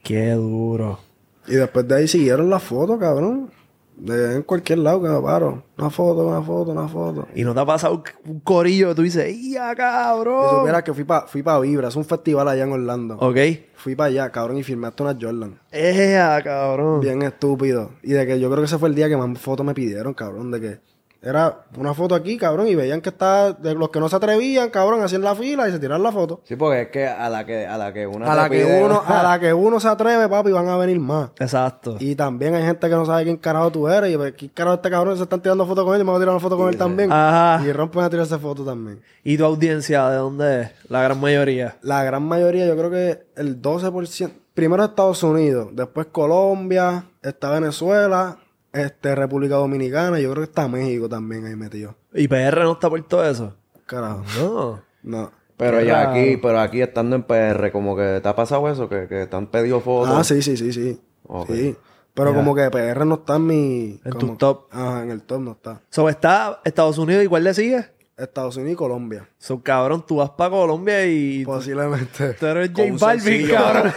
Speaker 2: Qué duro.
Speaker 1: Y después de ahí siguieron las fotos, cabrón. De en cualquier lado que me paro. Una foto, una foto, una foto.
Speaker 2: Y no te ha pasado un corillo que tú dices, ¡ya,
Speaker 1: Y
Speaker 2: cabrón!
Speaker 1: supieras que fui para fui pa Vibra, es un festival allá en Orlando.
Speaker 2: Ok.
Speaker 1: Fui para allá, cabrón, y firmé hasta una Jordan.
Speaker 2: ¡Ea, cabrón!
Speaker 1: Bien estúpido. Y de que yo creo que ese fue el día que más fotos me pidieron, cabrón. De que era una foto aquí, cabrón, y veían que estaba. De los que no se atrevían, cabrón, hacían la fila y se tiraron la foto.
Speaker 3: Sí, porque es que a la que, a la que una
Speaker 1: A la,
Speaker 3: te
Speaker 1: que
Speaker 3: pide-
Speaker 1: uno, a la que uno se atreve, papi, van a venir más.
Speaker 2: Exacto.
Speaker 1: Y también hay gente que no sabe quién carajo tú eres. Y pues, ¿quién carajo este cabrón? Se están tirando fotos con él y me voy a tirar una foto con él también.
Speaker 2: Ajá.
Speaker 1: Y rompen a tirarse fotos también.
Speaker 2: ¿Y tu audiencia de dónde es? La gran mayoría.
Speaker 1: La gran mayoría, yo creo que el 12%. Primero Estados Unidos, después Colombia, está Venezuela, este, República Dominicana. y Yo creo que está México también ahí metido.
Speaker 2: ¿Y PR no está por todo eso?
Speaker 1: Carajo.
Speaker 2: No.
Speaker 1: No.
Speaker 3: Pero ya
Speaker 2: Claro.
Speaker 3: aquí, pero aquí estando en PR, como que te ha pasado eso, que, que te han pedido fotos.
Speaker 1: Ah, sí, sí, sí, sí.
Speaker 3: Ok.
Speaker 1: Sí. Pero como que PR no está en mi.
Speaker 2: En tu
Speaker 1: como-
Speaker 2: top.
Speaker 1: Ajá, en el top no está.
Speaker 2: So, está Estados Unidos y cuál le sigue?
Speaker 1: Estados Unidos y Colombia.
Speaker 2: So, cabrón, tú vas para Colombia y tú *laughs*
Speaker 1: Posiblemente. *laughs*
Speaker 2: tú eres
Speaker 3: Con
Speaker 2: J
Speaker 3: un
Speaker 2: Balvin,
Speaker 3: sencillo.
Speaker 2: cabrón.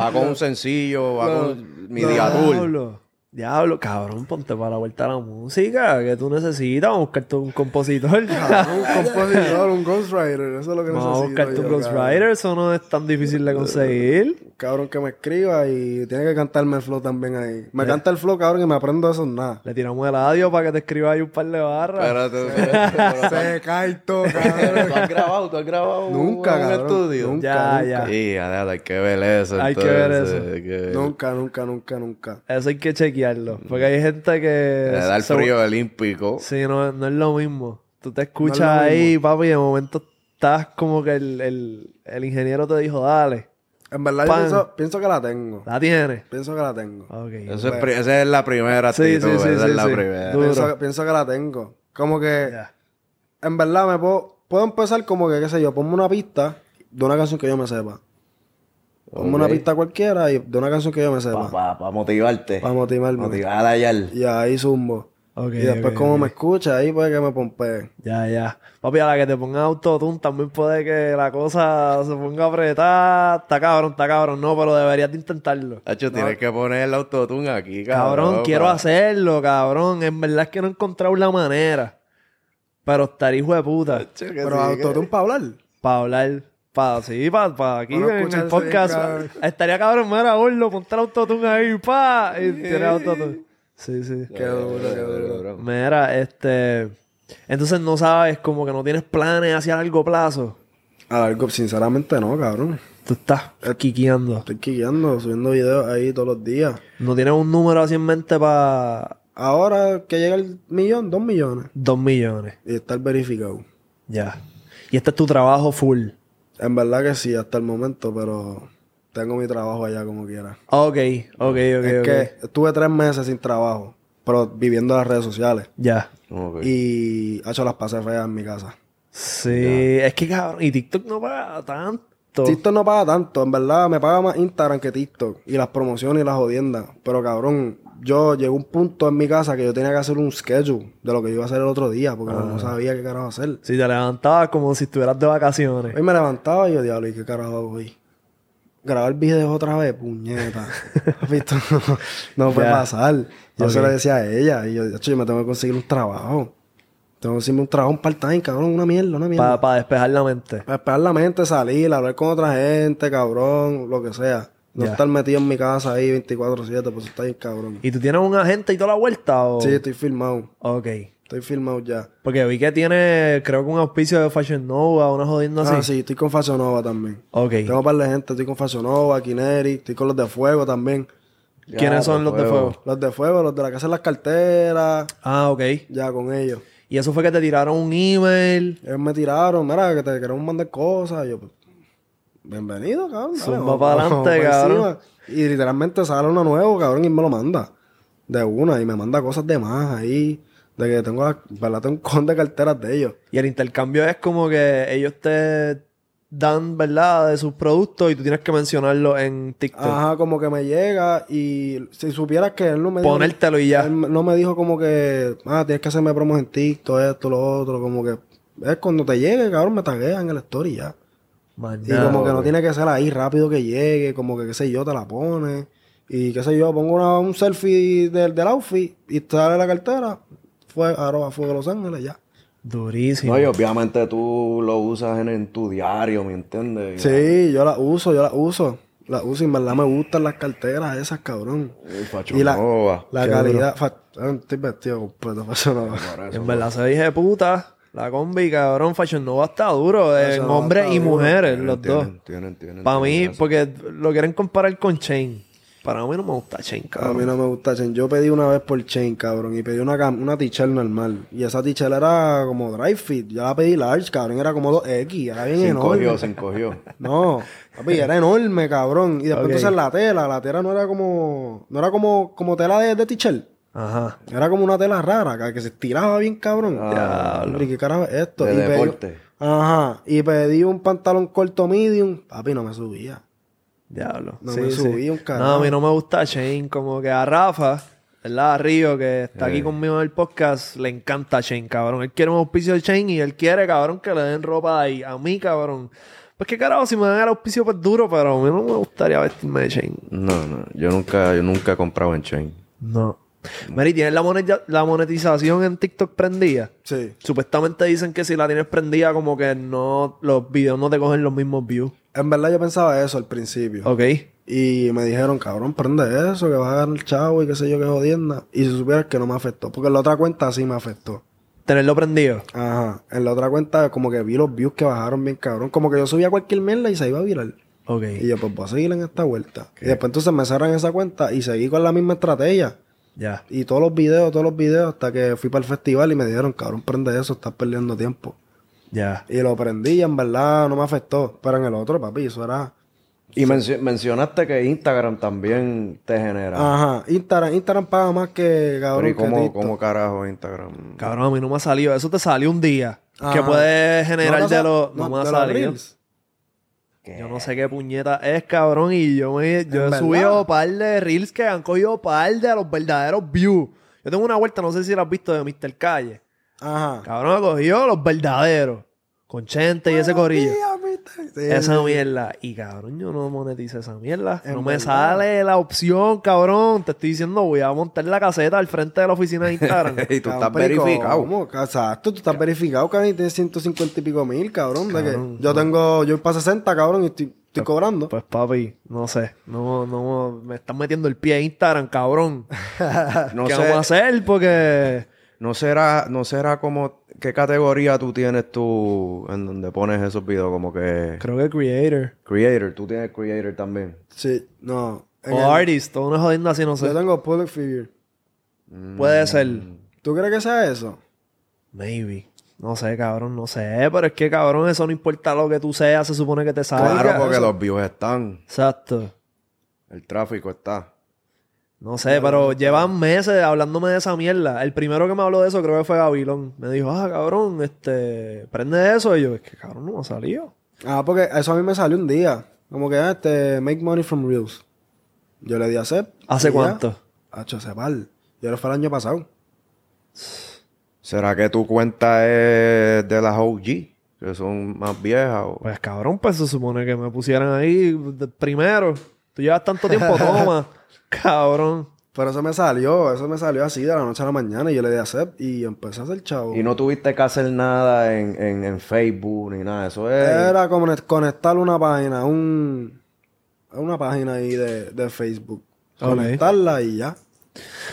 Speaker 3: Va con un sencillo, va con mi día
Speaker 2: Diablo. Diablo, cabrón, ponte para la vuelta a la música que tú necesitas. Vamos a buscarte
Speaker 1: *laughs*
Speaker 2: un compositor.
Speaker 1: Un compositor, un ghostwriter, eso es lo que
Speaker 2: *laughs* Vamos a
Speaker 1: necesito.
Speaker 2: buscarte un
Speaker 1: yo,
Speaker 2: Ghost
Speaker 1: cabrón.
Speaker 2: Rider, eso no es tan difícil de conseguir.
Speaker 1: Un Cabrón que me escriba y tiene que cantarme el flow también ahí. Me canta el flow, cabrón, y me aprendo eso en nada.
Speaker 2: Le tiramos el audio para que te escriba ahí un par de barras.
Speaker 3: Espérate, espérate.
Speaker 1: Se cae todo,
Speaker 3: pero- *laughs*
Speaker 1: cabrón.
Speaker 3: ¿Tú has grabado? ¿Tú has grabado?
Speaker 1: Nunca,
Speaker 3: en un
Speaker 1: cabrón,
Speaker 3: estudio?
Speaker 1: nunca.
Speaker 2: ya, ya.
Speaker 3: Sí, adela, hay que ver eso.
Speaker 2: Hay que ver
Speaker 3: entonces,
Speaker 2: eso.
Speaker 3: hay que ver.
Speaker 1: Nunca, nunca, nunca, nunca.
Speaker 2: Eso hay que chequearlo. Porque hay gente que.
Speaker 3: Le da el
Speaker 2: se-
Speaker 3: frío olímpico.
Speaker 2: Sí, no, no es lo mismo. Tú te escuchas
Speaker 1: No es lo
Speaker 2: ahí, papi, y de momento estás como que el, el- el ingeniero te dijo, dale,
Speaker 1: En verdad, yo
Speaker 2: Pan.
Speaker 1: pienso, pienso que la tengo.
Speaker 2: la tienes.
Speaker 1: Pienso que la tengo.
Speaker 2: Ok.
Speaker 3: Eso es pri- esa es la primera
Speaker 2: Sí,
Speaker 3: actitud.
Speaker 2: sí, sí,
Speaker 3: esa
Speaker 2: sí,
Speaker 3: es la
Speaker 2: sí.
Speaker 3: primera.
Speaker 2: Duro.
Speaker 1: Pienso, pienso que la tengo. Como que,
Speaker 2: Ya.
Speaker 1: en verdad, me puedo, puedo empezar como que, qué sé yo, ponme una pista de una canción que yo me sepa. Ponme una
Speaker 3: Ok.
Speaker 1: pista cualquiera y de una canción que yo me sepa.
Speaker 3: Para motivarte.
Speaker 1: Para motivarme.
Speaker 3: Motivar a Yal.
Speaker 1: Y ahí zumbo.
Speaker 2: Ok,
Speaker 1: y después,
Speaker 2: ok,
Speaker 1: como
Speaker 2: ok.
Speaker 1: me escucha, ahí puede que me pompee.
Speaker 2: Ya, ya. Papi, a la que te pongan autotune también puede que la cosa se ponga apretada. Está cabrón, está cabrón. No, pero deberías de intentarlo.
Speaker 3: Hacho, tienes que poner el autotune aquí, cabrón.
Speaker 2: Cabrón, quiero
Speaker 3: pa-
Speaker 2: hacerlo, cabrón. En verdad es que no he encontrado la manera. Pero estar hijo de puta.
Speaker 3: Hacho, que
Speaker 1: Pero
Speaker 3: sí,
Speaker 1: autotune para hablar.
Speaker 2: Para hablar. Para, sí, para, aquí
Speaker 1: Para no
Speaker 2: en el
Speaker 1: escucharse
Speaker 2: podcast.
Speaker 1: bien, cabrón.
Speaker 2: Estaría cabrón, mira, Orlo, ponte el autotune ahí, pa. Y tiene autotune. Sí, sí.
Speaker 3: que-
Speaker 1: Qué duro, qué duro.
Speaker 2: Mira, este. Entonces no sabes, como que no tienes planes hacia largo plazo.
Speaker 1: A largo, sinceramente no, cabrón.
Speaker 2: Tú estás quiqueando.
Speaker 1: Estoy quiqueando, subiendo videos ahí todos los días.
Speaker 2: No tienes un número así en mente para
Speaker 1: Ahora que llega el millón, dos millones.
Speaker 2: dos millones.
Speaker 1: Y estar verificado.
Speaker 2: Ya. Y este es tu trabajo full.
Speaker 1: En verdad que sí, hasta el momento, pero tengo mi trabajo allá como quiera.
Speaker 2: Ok, ok, ok.
Speaker 1: es
Speaker 2: ok.
Speaker 1: que estuve tres meses sin trabajo, pero viviendo las redes sociales.
Speaker 2: Ya.
Speaker 3: Ok.
Speaker 1: Y ha hecho las pasé feas en mi casa.
Speaker 2: Sí, es que cabrón. Y TikTok no paga tanto.
Speaker 1: TikTok no paga tanto, en verdad me paga más Instagram que TikTok y las promociones y las jodiendas. Pero cabrón, yo llegó un punto en mi casa que yo tenía que hacer un schedule de lo que yo iba a hacer el otro día porque
Speaker 2: Ah.
Speaker 1: no sabía qué carajo hacer.
Speaker 2: Si te levantabas como si estuvieras de vacaciones.
Speaker 1: Hoy me levantaba y yo, diablo, ¿y qué carajo hago hoy? Grabar videos otra vez,
Speaker 2: *laughs*
Speaker 1: puñeta. ¿Visto? *laughs* No, no puede
Speaker 2: Ya.
Speaker 1: pasar. Yo se
Speaker 2: Ok.
Speaker 1: lo decía a ella y yo, "Chacho, yo me tengo que conseguir un trabajo. Tengo que conseguirme un trabajo, un part-time, cabrón, una mierda, una mierda.
Speaker 2: Para despejar la mente.
Speaker 1: Para esperar la mente, salir, hablar con otra gente, cabrón, lo que sea. No
Speaker 2: Ya.
Speaker 1: estar metido en mi casa ahí 24-7, pues está bien, cabrón.
Speaker 2: ¿Y tú tienes un agente y toda la vuelta? O...
Speaker 1: Sí, estoy firmado.
Speaker 2: Ok.
Speaker 1: Estoy firmado ya.
Speaker 2: Porque vi que tiene, creo que un auspicio de Fashion Nova, una jodiendo así.
Speaker 1: Ah, sí, estoy con Fashionova también.
Speaker 2: Ok.
Speaker 1: Tengo un par de gente, estoy con Fashionova, Kineri, estoy con los de fuego también.
Speaker 3: Ya,
Speaker 2: ¿Quiénes son los de fuego?
Speaker 1: Los de fuego, los de la casa de las carteras,
Speaker 2: Ah, ok.
Speaker 1: ya con ellos.
Speaker 2: Y eso fue que te tiraron un email.
Speaker 1: Ellos me tiraron, mira, que te queremos mandar cosas. Y yo, pues, bienvenido, cabrón. dale,
Speaker 2: Zumba
Speaker 1: vamos-
Speaker 2: para
Speaker 1: vamos
Speaker 2: adelante,
Speaker 1: pa' encima.
Speaker 2: cabrón.
Speaker 1: Y literalmente sale uno nuevo, cabrón, y me lo manda. De una, y me manda cosas de más ahí. De que tengo, la, ¿verdad? Tengo un con de carteras de ellos.
Speaker 2: Y el intercambio es como que ellos te dan, ¿verdad?, de sus productos y tú tienes que mencionarlo en TikTok.
Speaker 1: Ajá, como que me llega y si supieras que él no me dijo-
Speaker 2: Ponértelo y ya.
Speaker 1: Él no me dijo como que, ah, tienes que hacerme promos en TikTok, esto, lo otro, como que es cuando te llegue, cabrón, me taguean en el story y ya. Y
Speaker 2: Mañana.
Speaker 1: como que no tiene que ser ahí rápido que llegue, como que qué sé yo, te la pones. Y qué sé yo, pongo una- un selfie del, del outfit y sale la cartera. Fue arroba Fuego Los Ángeles, ya.
Speaker 2: Durísimo.
Speaker 3: No, y obviamente tú lo usas en, en tu diario, ¿me entiendes?
Speaker 1: Sí, yo la uso, yo la uso. La uso y en verdad me gustan las carteras esas, cabrón.
Speaker 3: El Fashion
Speaker 1: Y la,
Speaker 3: Nova.
Speaker 1: la calidad. fa- ah, estoy vestido completo, *laughs* Fashionova.
Speaker 3: Por eso.
Speaker 2: En verdad se dije puta. La combi, cabrón, Fashion Nova está duro. eh, En
Speaker 1: Nova
Speaker 2: hombres
Speaker 1: está
Speaker 2: y
Speaker 1: duro.
Speaker 2: mujeres,
Speaker 3: Tienen,
Speaker 2: los dos.
Speaker 3: tienen, tienen, tienen,
Speaker 2: Para mí,
Speaker 3: tienen eso.
Speaker 2: porque lo quieren comparar con Chain. Para mí no me gusta Chain,
Speaker 1: A
Speaker 2: cabrón.
Speaker 1: mí no me gusta Chain. Yo pedí una vez por Chain, cabrón, y pedí una, cam- una t-shirt normal. Y esa t-shirt era como dry fit. Yo la pedí large, cabrón, era como 2X, era bien
Speaker 3: Se
Speaker 1: enorme.
Speaker 3: encogió, se encogió.
Speaker 1: No, papi, era enorme, cabrón. Y después
Speaker 2: Ok.
Speaker 1: entonces la tela, la tela no era como, no era como, como tela de, de t-shirt.
Speaker 2: Ajá.
Speaker 1: Era como una tela rara, ca- que se estiraba bien, cabrón. Hombre, ¿qué carajo es esto?
Speaker 3: Ah, De
Speaker 1: pedí-
Speaker 3: deporte.
Speaker 1: ajá. Y pedí un pantalón corto medium. Papi, no me subía.
Speaker 2: Diablo.
Speaker 1: No me subí un carajo.
Speaker 2: No, a mí no me gusta Shane. Como que a Rafa, ¿verdad? A Río, que está aquí conmigo en el podcast, le encanta Shane, cabrón. Él quiere un auspicio de Shane y él quiere, cabrón, que le den ropa ahí. A mí, cabrón. Pues qué carajo, si me dan el auspicio, pues duro, pero a mí no me gustaría vestirme de Shane.
Speaker 3: No, no. Yo nunca, yo nunca he comprado en Chain.
Speaker 2: No. Mary, ¿tienes la, moneta- la monetización en TikTok prendida?
Speaker 1: Sí.
Speaker 2: Supuestamente dicen que si la tienes prendida, como que no, los videos no te cogen los mismos views.
Speaker 1: En verdad yo pensaba eso al principio.
Speaker 2: Ok.
Speaker 1: Y me dijeron, cabrón, prende eso, que vas a ganar chavo y qué sé yo, qué jodienda. Y si supieras que no me afectó. Porque en la otra cuenta sí me afectó.
Speaker 2: Tenerlo prendido.
Speaker 1: Ajá. En la otra cuenta como que vi los views que bajaron bien, cabrón. Como que yo subía cualquier mierda y se iba a viral.
Speaker 2: Ok.
Speaker 1: Y yo, pues voy a seguir en esta vuelta. Y después entonces me cerran esa cuenta y seguí con la misma estrategia.
Speaker 2: Ya.
Speaker 1: Y todos los videos, todos los videos, hasta que fui para el festival y me dijeron, cabrón, prende eso, estás perdiendo tiempo.
Speaker 2: Ya.
Speaker 1: Y lo prendí y en verdad no me afectó. Pero en el otro, papi, eso era...
Speaker 3: Y mencio- mencionaste que Instagram también te genera.
Speaker 1: Ajá, Instagram, Instagram paga más que
Speaker 3: Pero
Speaker 1: cabrón.
Speaker 3: ¿y
Speaker 1: que
Speaker 3: cómo,
Speaker 1: TikTok.
Speaker 3: cómo carajo Instagram?
Speaker 2: Cabrón, a mí no me ha salido. Eso te salió un día. Que
Speaker 1: Ajá.
Speaker 2: puede generar
Speaker 1: Ah. No te
Speaker 2: de
Speaker 1: sa-
Speaker 2: los. No, me ha
Speaker 1: de los
Speaker 2: salido.
Speaker 1: reels.
Speaker 2: Yo no sé qué puñeta es, cabrón. Y yo, me, yo he
Speaker 1: verdad.
Speaker 2: subido par de reels que han cogido par de a los verdaderos views. Yo tengo una vuelta, no sé si la has visto, de Mr. Calle.
Speaker 1: Ajá.
Speaker 2: Cabrón, ha cogido los verdaderos. Con Chente y ese corillo. Esa mierda. Y cabrón, yo no monetizo esa mierda.
Speaker 1: En
Speaker 2: no me
Speaker 1: verdad.
Speaker 2: sale la opción, cabrón. Te estoy diciendo, voy a montar la caseta al frente de la oficina de
Speaker 1: *laughs*
Speaker 2: Instagram.
Speaker 3: *laughs* y tú estás verificado.
Speaker 1: ¿Cómo? Exacto, tú estás verificado, cabrón, y tienes 150 y pico mil, cabrón. de que
Speaker 2: Cabrón,
Speaker 1: yo tengo, yo para 60, cabrón, y estoy, estoy cobrando.
Speaker 2: pues papi, no sé. No, no, me están metiendo el pie a
Speaker 1: *laughs*
Speaker 2: Instagram, cabrón.
Speaker 3: No
Speaker 2: ¿Qué
Speaker 3: sé.
Speaker 2: vamos a hacer? Porque.
Speaker 3: No será, no será como qué categoría tú tienes tú en donde pones esos videos como que
Speaker 2: Creo que creator.
Speaker 3: creator, tú tienes creator también.
Speaker 1: Sí, no. en
Speaker 3: Oh,
Speaker 2: O
Speaker 1: el-
Speaker 2: artist, todo una jodienda así, no sé.
Speaker 1: Yo tengo public figure.
Speaker 3: Mm.
Speaker 2: Puede ser.
Speaker 1: ¿Tú crees que sea eso?
Speaker 2: Maybe. No sé, cabrón, no sé. Pero es que, cabrón, eso no importa lo que tú seas, se supone que te salga.
Speaker 3: Claro, porque
Speaker 1: eso.
Speaker 3: los views están,
Speaker 2: Exacto.
Speaker 3: el tráfico está.
Speaker 2: No sé, pero llevan meses hablándome de esa mierda. El primero que me habló de eso creo que fue Gabilón. Me dijo, ah, cabrón, este, prende eso. Y yo, es que cabrón, no me ha salido.
Speaker 1: Ah, porque eso a mí me salió un día. Como que, ah, este, make money from reels. Yo le di a accept.
Speaker 2: ¿Hace
Speaker 1: y ya.
Speaker 2: cuánto?
Speaker 1: Hacho, hace par. Yo lo fue el año pasado.
Speaker 3: ¿Será que tu cuenta es de las OG, que son más viejas? o-
Speaker 2: Pues cabrón, pues se supone que me pusieran ahí de- primero. Tú llevas tanto tiempo, toma. cabrón.
Speaker 1: Pero eso me salió, eso me salió así de la noche a la mañana y yo le di a accept y empecé a hacer chavo.
Speaker 3: Y no tuviste que hacer nada en, en- en Facebook ni nada, eso es.
Speaker 1: Era como ne- conectar una página, un, una página ahí de, de Facebook.
Speaker 2: Ok.
Speaker 1: Conectarla y ya.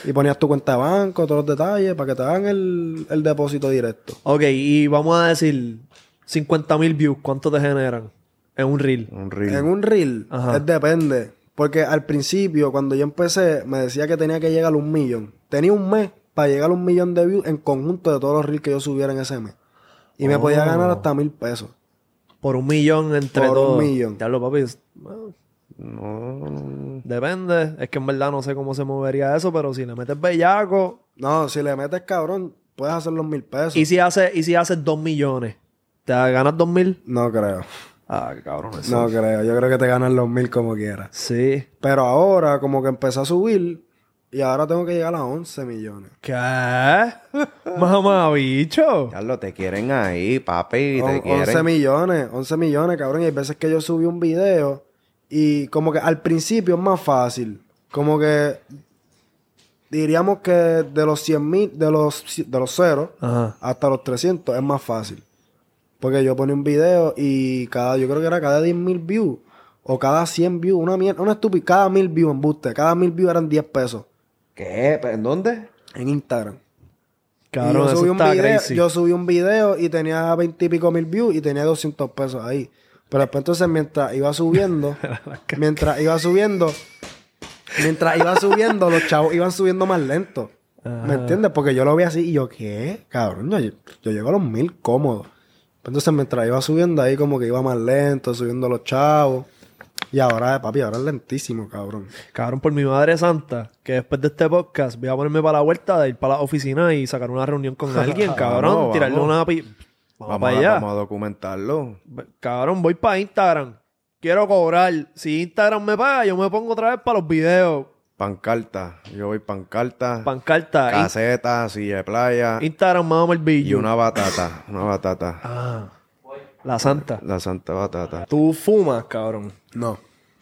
Speaker 1: Y ponías tu cuenta de banco, todos los detalles, para que te hagan el, el depósito directo.
Speaker 2: Ok, y vamos a decir 50 mil views, ¿cuánto te generan en un reel?
Speaker 3: Un reel.
Speaker 1: En un reel,
Speaker 2: Ajá.
Speaker 1: es depende. Porque al principio, cuando yo empecé, me decía que tenía que llegar a un millón. Tenía un mes para llegar a un millón de views en conjunto de todos los reels que yo subiera en ese mes. Y me podía
Speaker 2: Oh.
Speaker 1: ganar hasta mil pesos.
Speaker 2: Por un millón entre
Speaker 1: Por un
Speaker 2: todos.
Speaker 1: millón.
Speaker 2: Ya lo papi. es- bueno,
Speaker 3: No.
Speaker 2: depende. Es que en verdad no sé cómo se movería eso, pero si le metes bellaco.
Speaker 1: No, si le metes cabrón, puedes hacer los mil pesos.
Speaker 2: Y si haces, y si haces dos millones, ¿te ganas dos mil?
Speaker 1: No creo.
Speaker 2: Ah, qué cabrón, eso.
Speaker 1: No creo. Yo creo que te ganan los mil como quieras.
Speaker 2: Sí.
Speaker 1: Pero ahora, como que empecé a subir y ahora tengo que llegar a 11 millones.
Speaker 2: ¿Qué? *laughs* Mamá bicho.
Speaker 3: Ya lo te quieren ahí, papi,
Speaker 1: On-
Speaker 3: te
Speaker 1: 11
Speaker 3: quieren.
Speaker 1: millones, 11 millones, cabrón. Y hay veces que yo subí un video y como que al principio es más fácil. Como que diríamos que de los 100 mil, de los, ci- de los ceros
Speaker 2: Ajá.
Speaker 1: hasta los 300 es más fácil. Porque yo ponía un video y cada, yo creo que era cada 10 mil views o cada 100 views, una mierda, una estúpida, cada mil views en buste, cada mil views eran 10 pesos
Speaker 3: ¿Qué? ¿En dónde?
Speaker 1: en Instagram.
Speaker 2: Cabrón,
Speaker 1: Y yo, subí
Speaker 2: eso
Speaker 1: un
Speaker 2: está
Speaker 1: video,
Speaker 2: crazy.
Speaker 1: yo subí un video y tenía 20 y pico mil views y tenía 200 pesos ahí. Pero después entonces mientras iba
Speaker 2: *laughs*
Speaker 1: subiendo, mientras iba subiendo, mientras iba subiendo, los chavos iban subiendo más lento. ¿Me entiendes? Porque yo lo vi así y yo, ¿qué? Cabrón, yo, yo llego a los mil cómodos. Pues, Entonces mientras iba subiendo ahí como que iba más lento, subiendo los chavos. Y ahora, eh, papi, ahora es lentísimo, cabrón.
Speaker 2: Cabrón, por mi madre santa, que después de este podcast voy a ponerme para la vuelta de ir para la oficina y sacar una reunión
Speaker 3: *laughs*
Speaker 2: con alguien, cabrón.
Speaker 3: Vamos,
Speaker 2: tirarle
Speaker 3: vamos.
Speaker 2: una pi... Vamos,
Speaker 3: Vamos,
Speaker 2: para
Speaker 3: a,
Speaker 2: allá.
Speaker 3: vamos a documentarlo.
Speaker 2: Cabrón, voy para Instagram. Quiero cobrar. Si Instagram me paga, yo me pongo otra vez para los videos.
Speaker 3: Pancarta. Yo voy pancarta,
Speaker 2: Pancarta. In-
Speaker 3: caseta, silla de playa
Speaker 2: Instagram me dame el
Speaker 3: y
Speaker 2: billo.
Speaker 3: una batata. Una batata.
Speaker 2: Ah, la santa.
Speaker 3: La santa batata.
Speaker 2: Tú fumas, cabrón.
Speaker 1: No,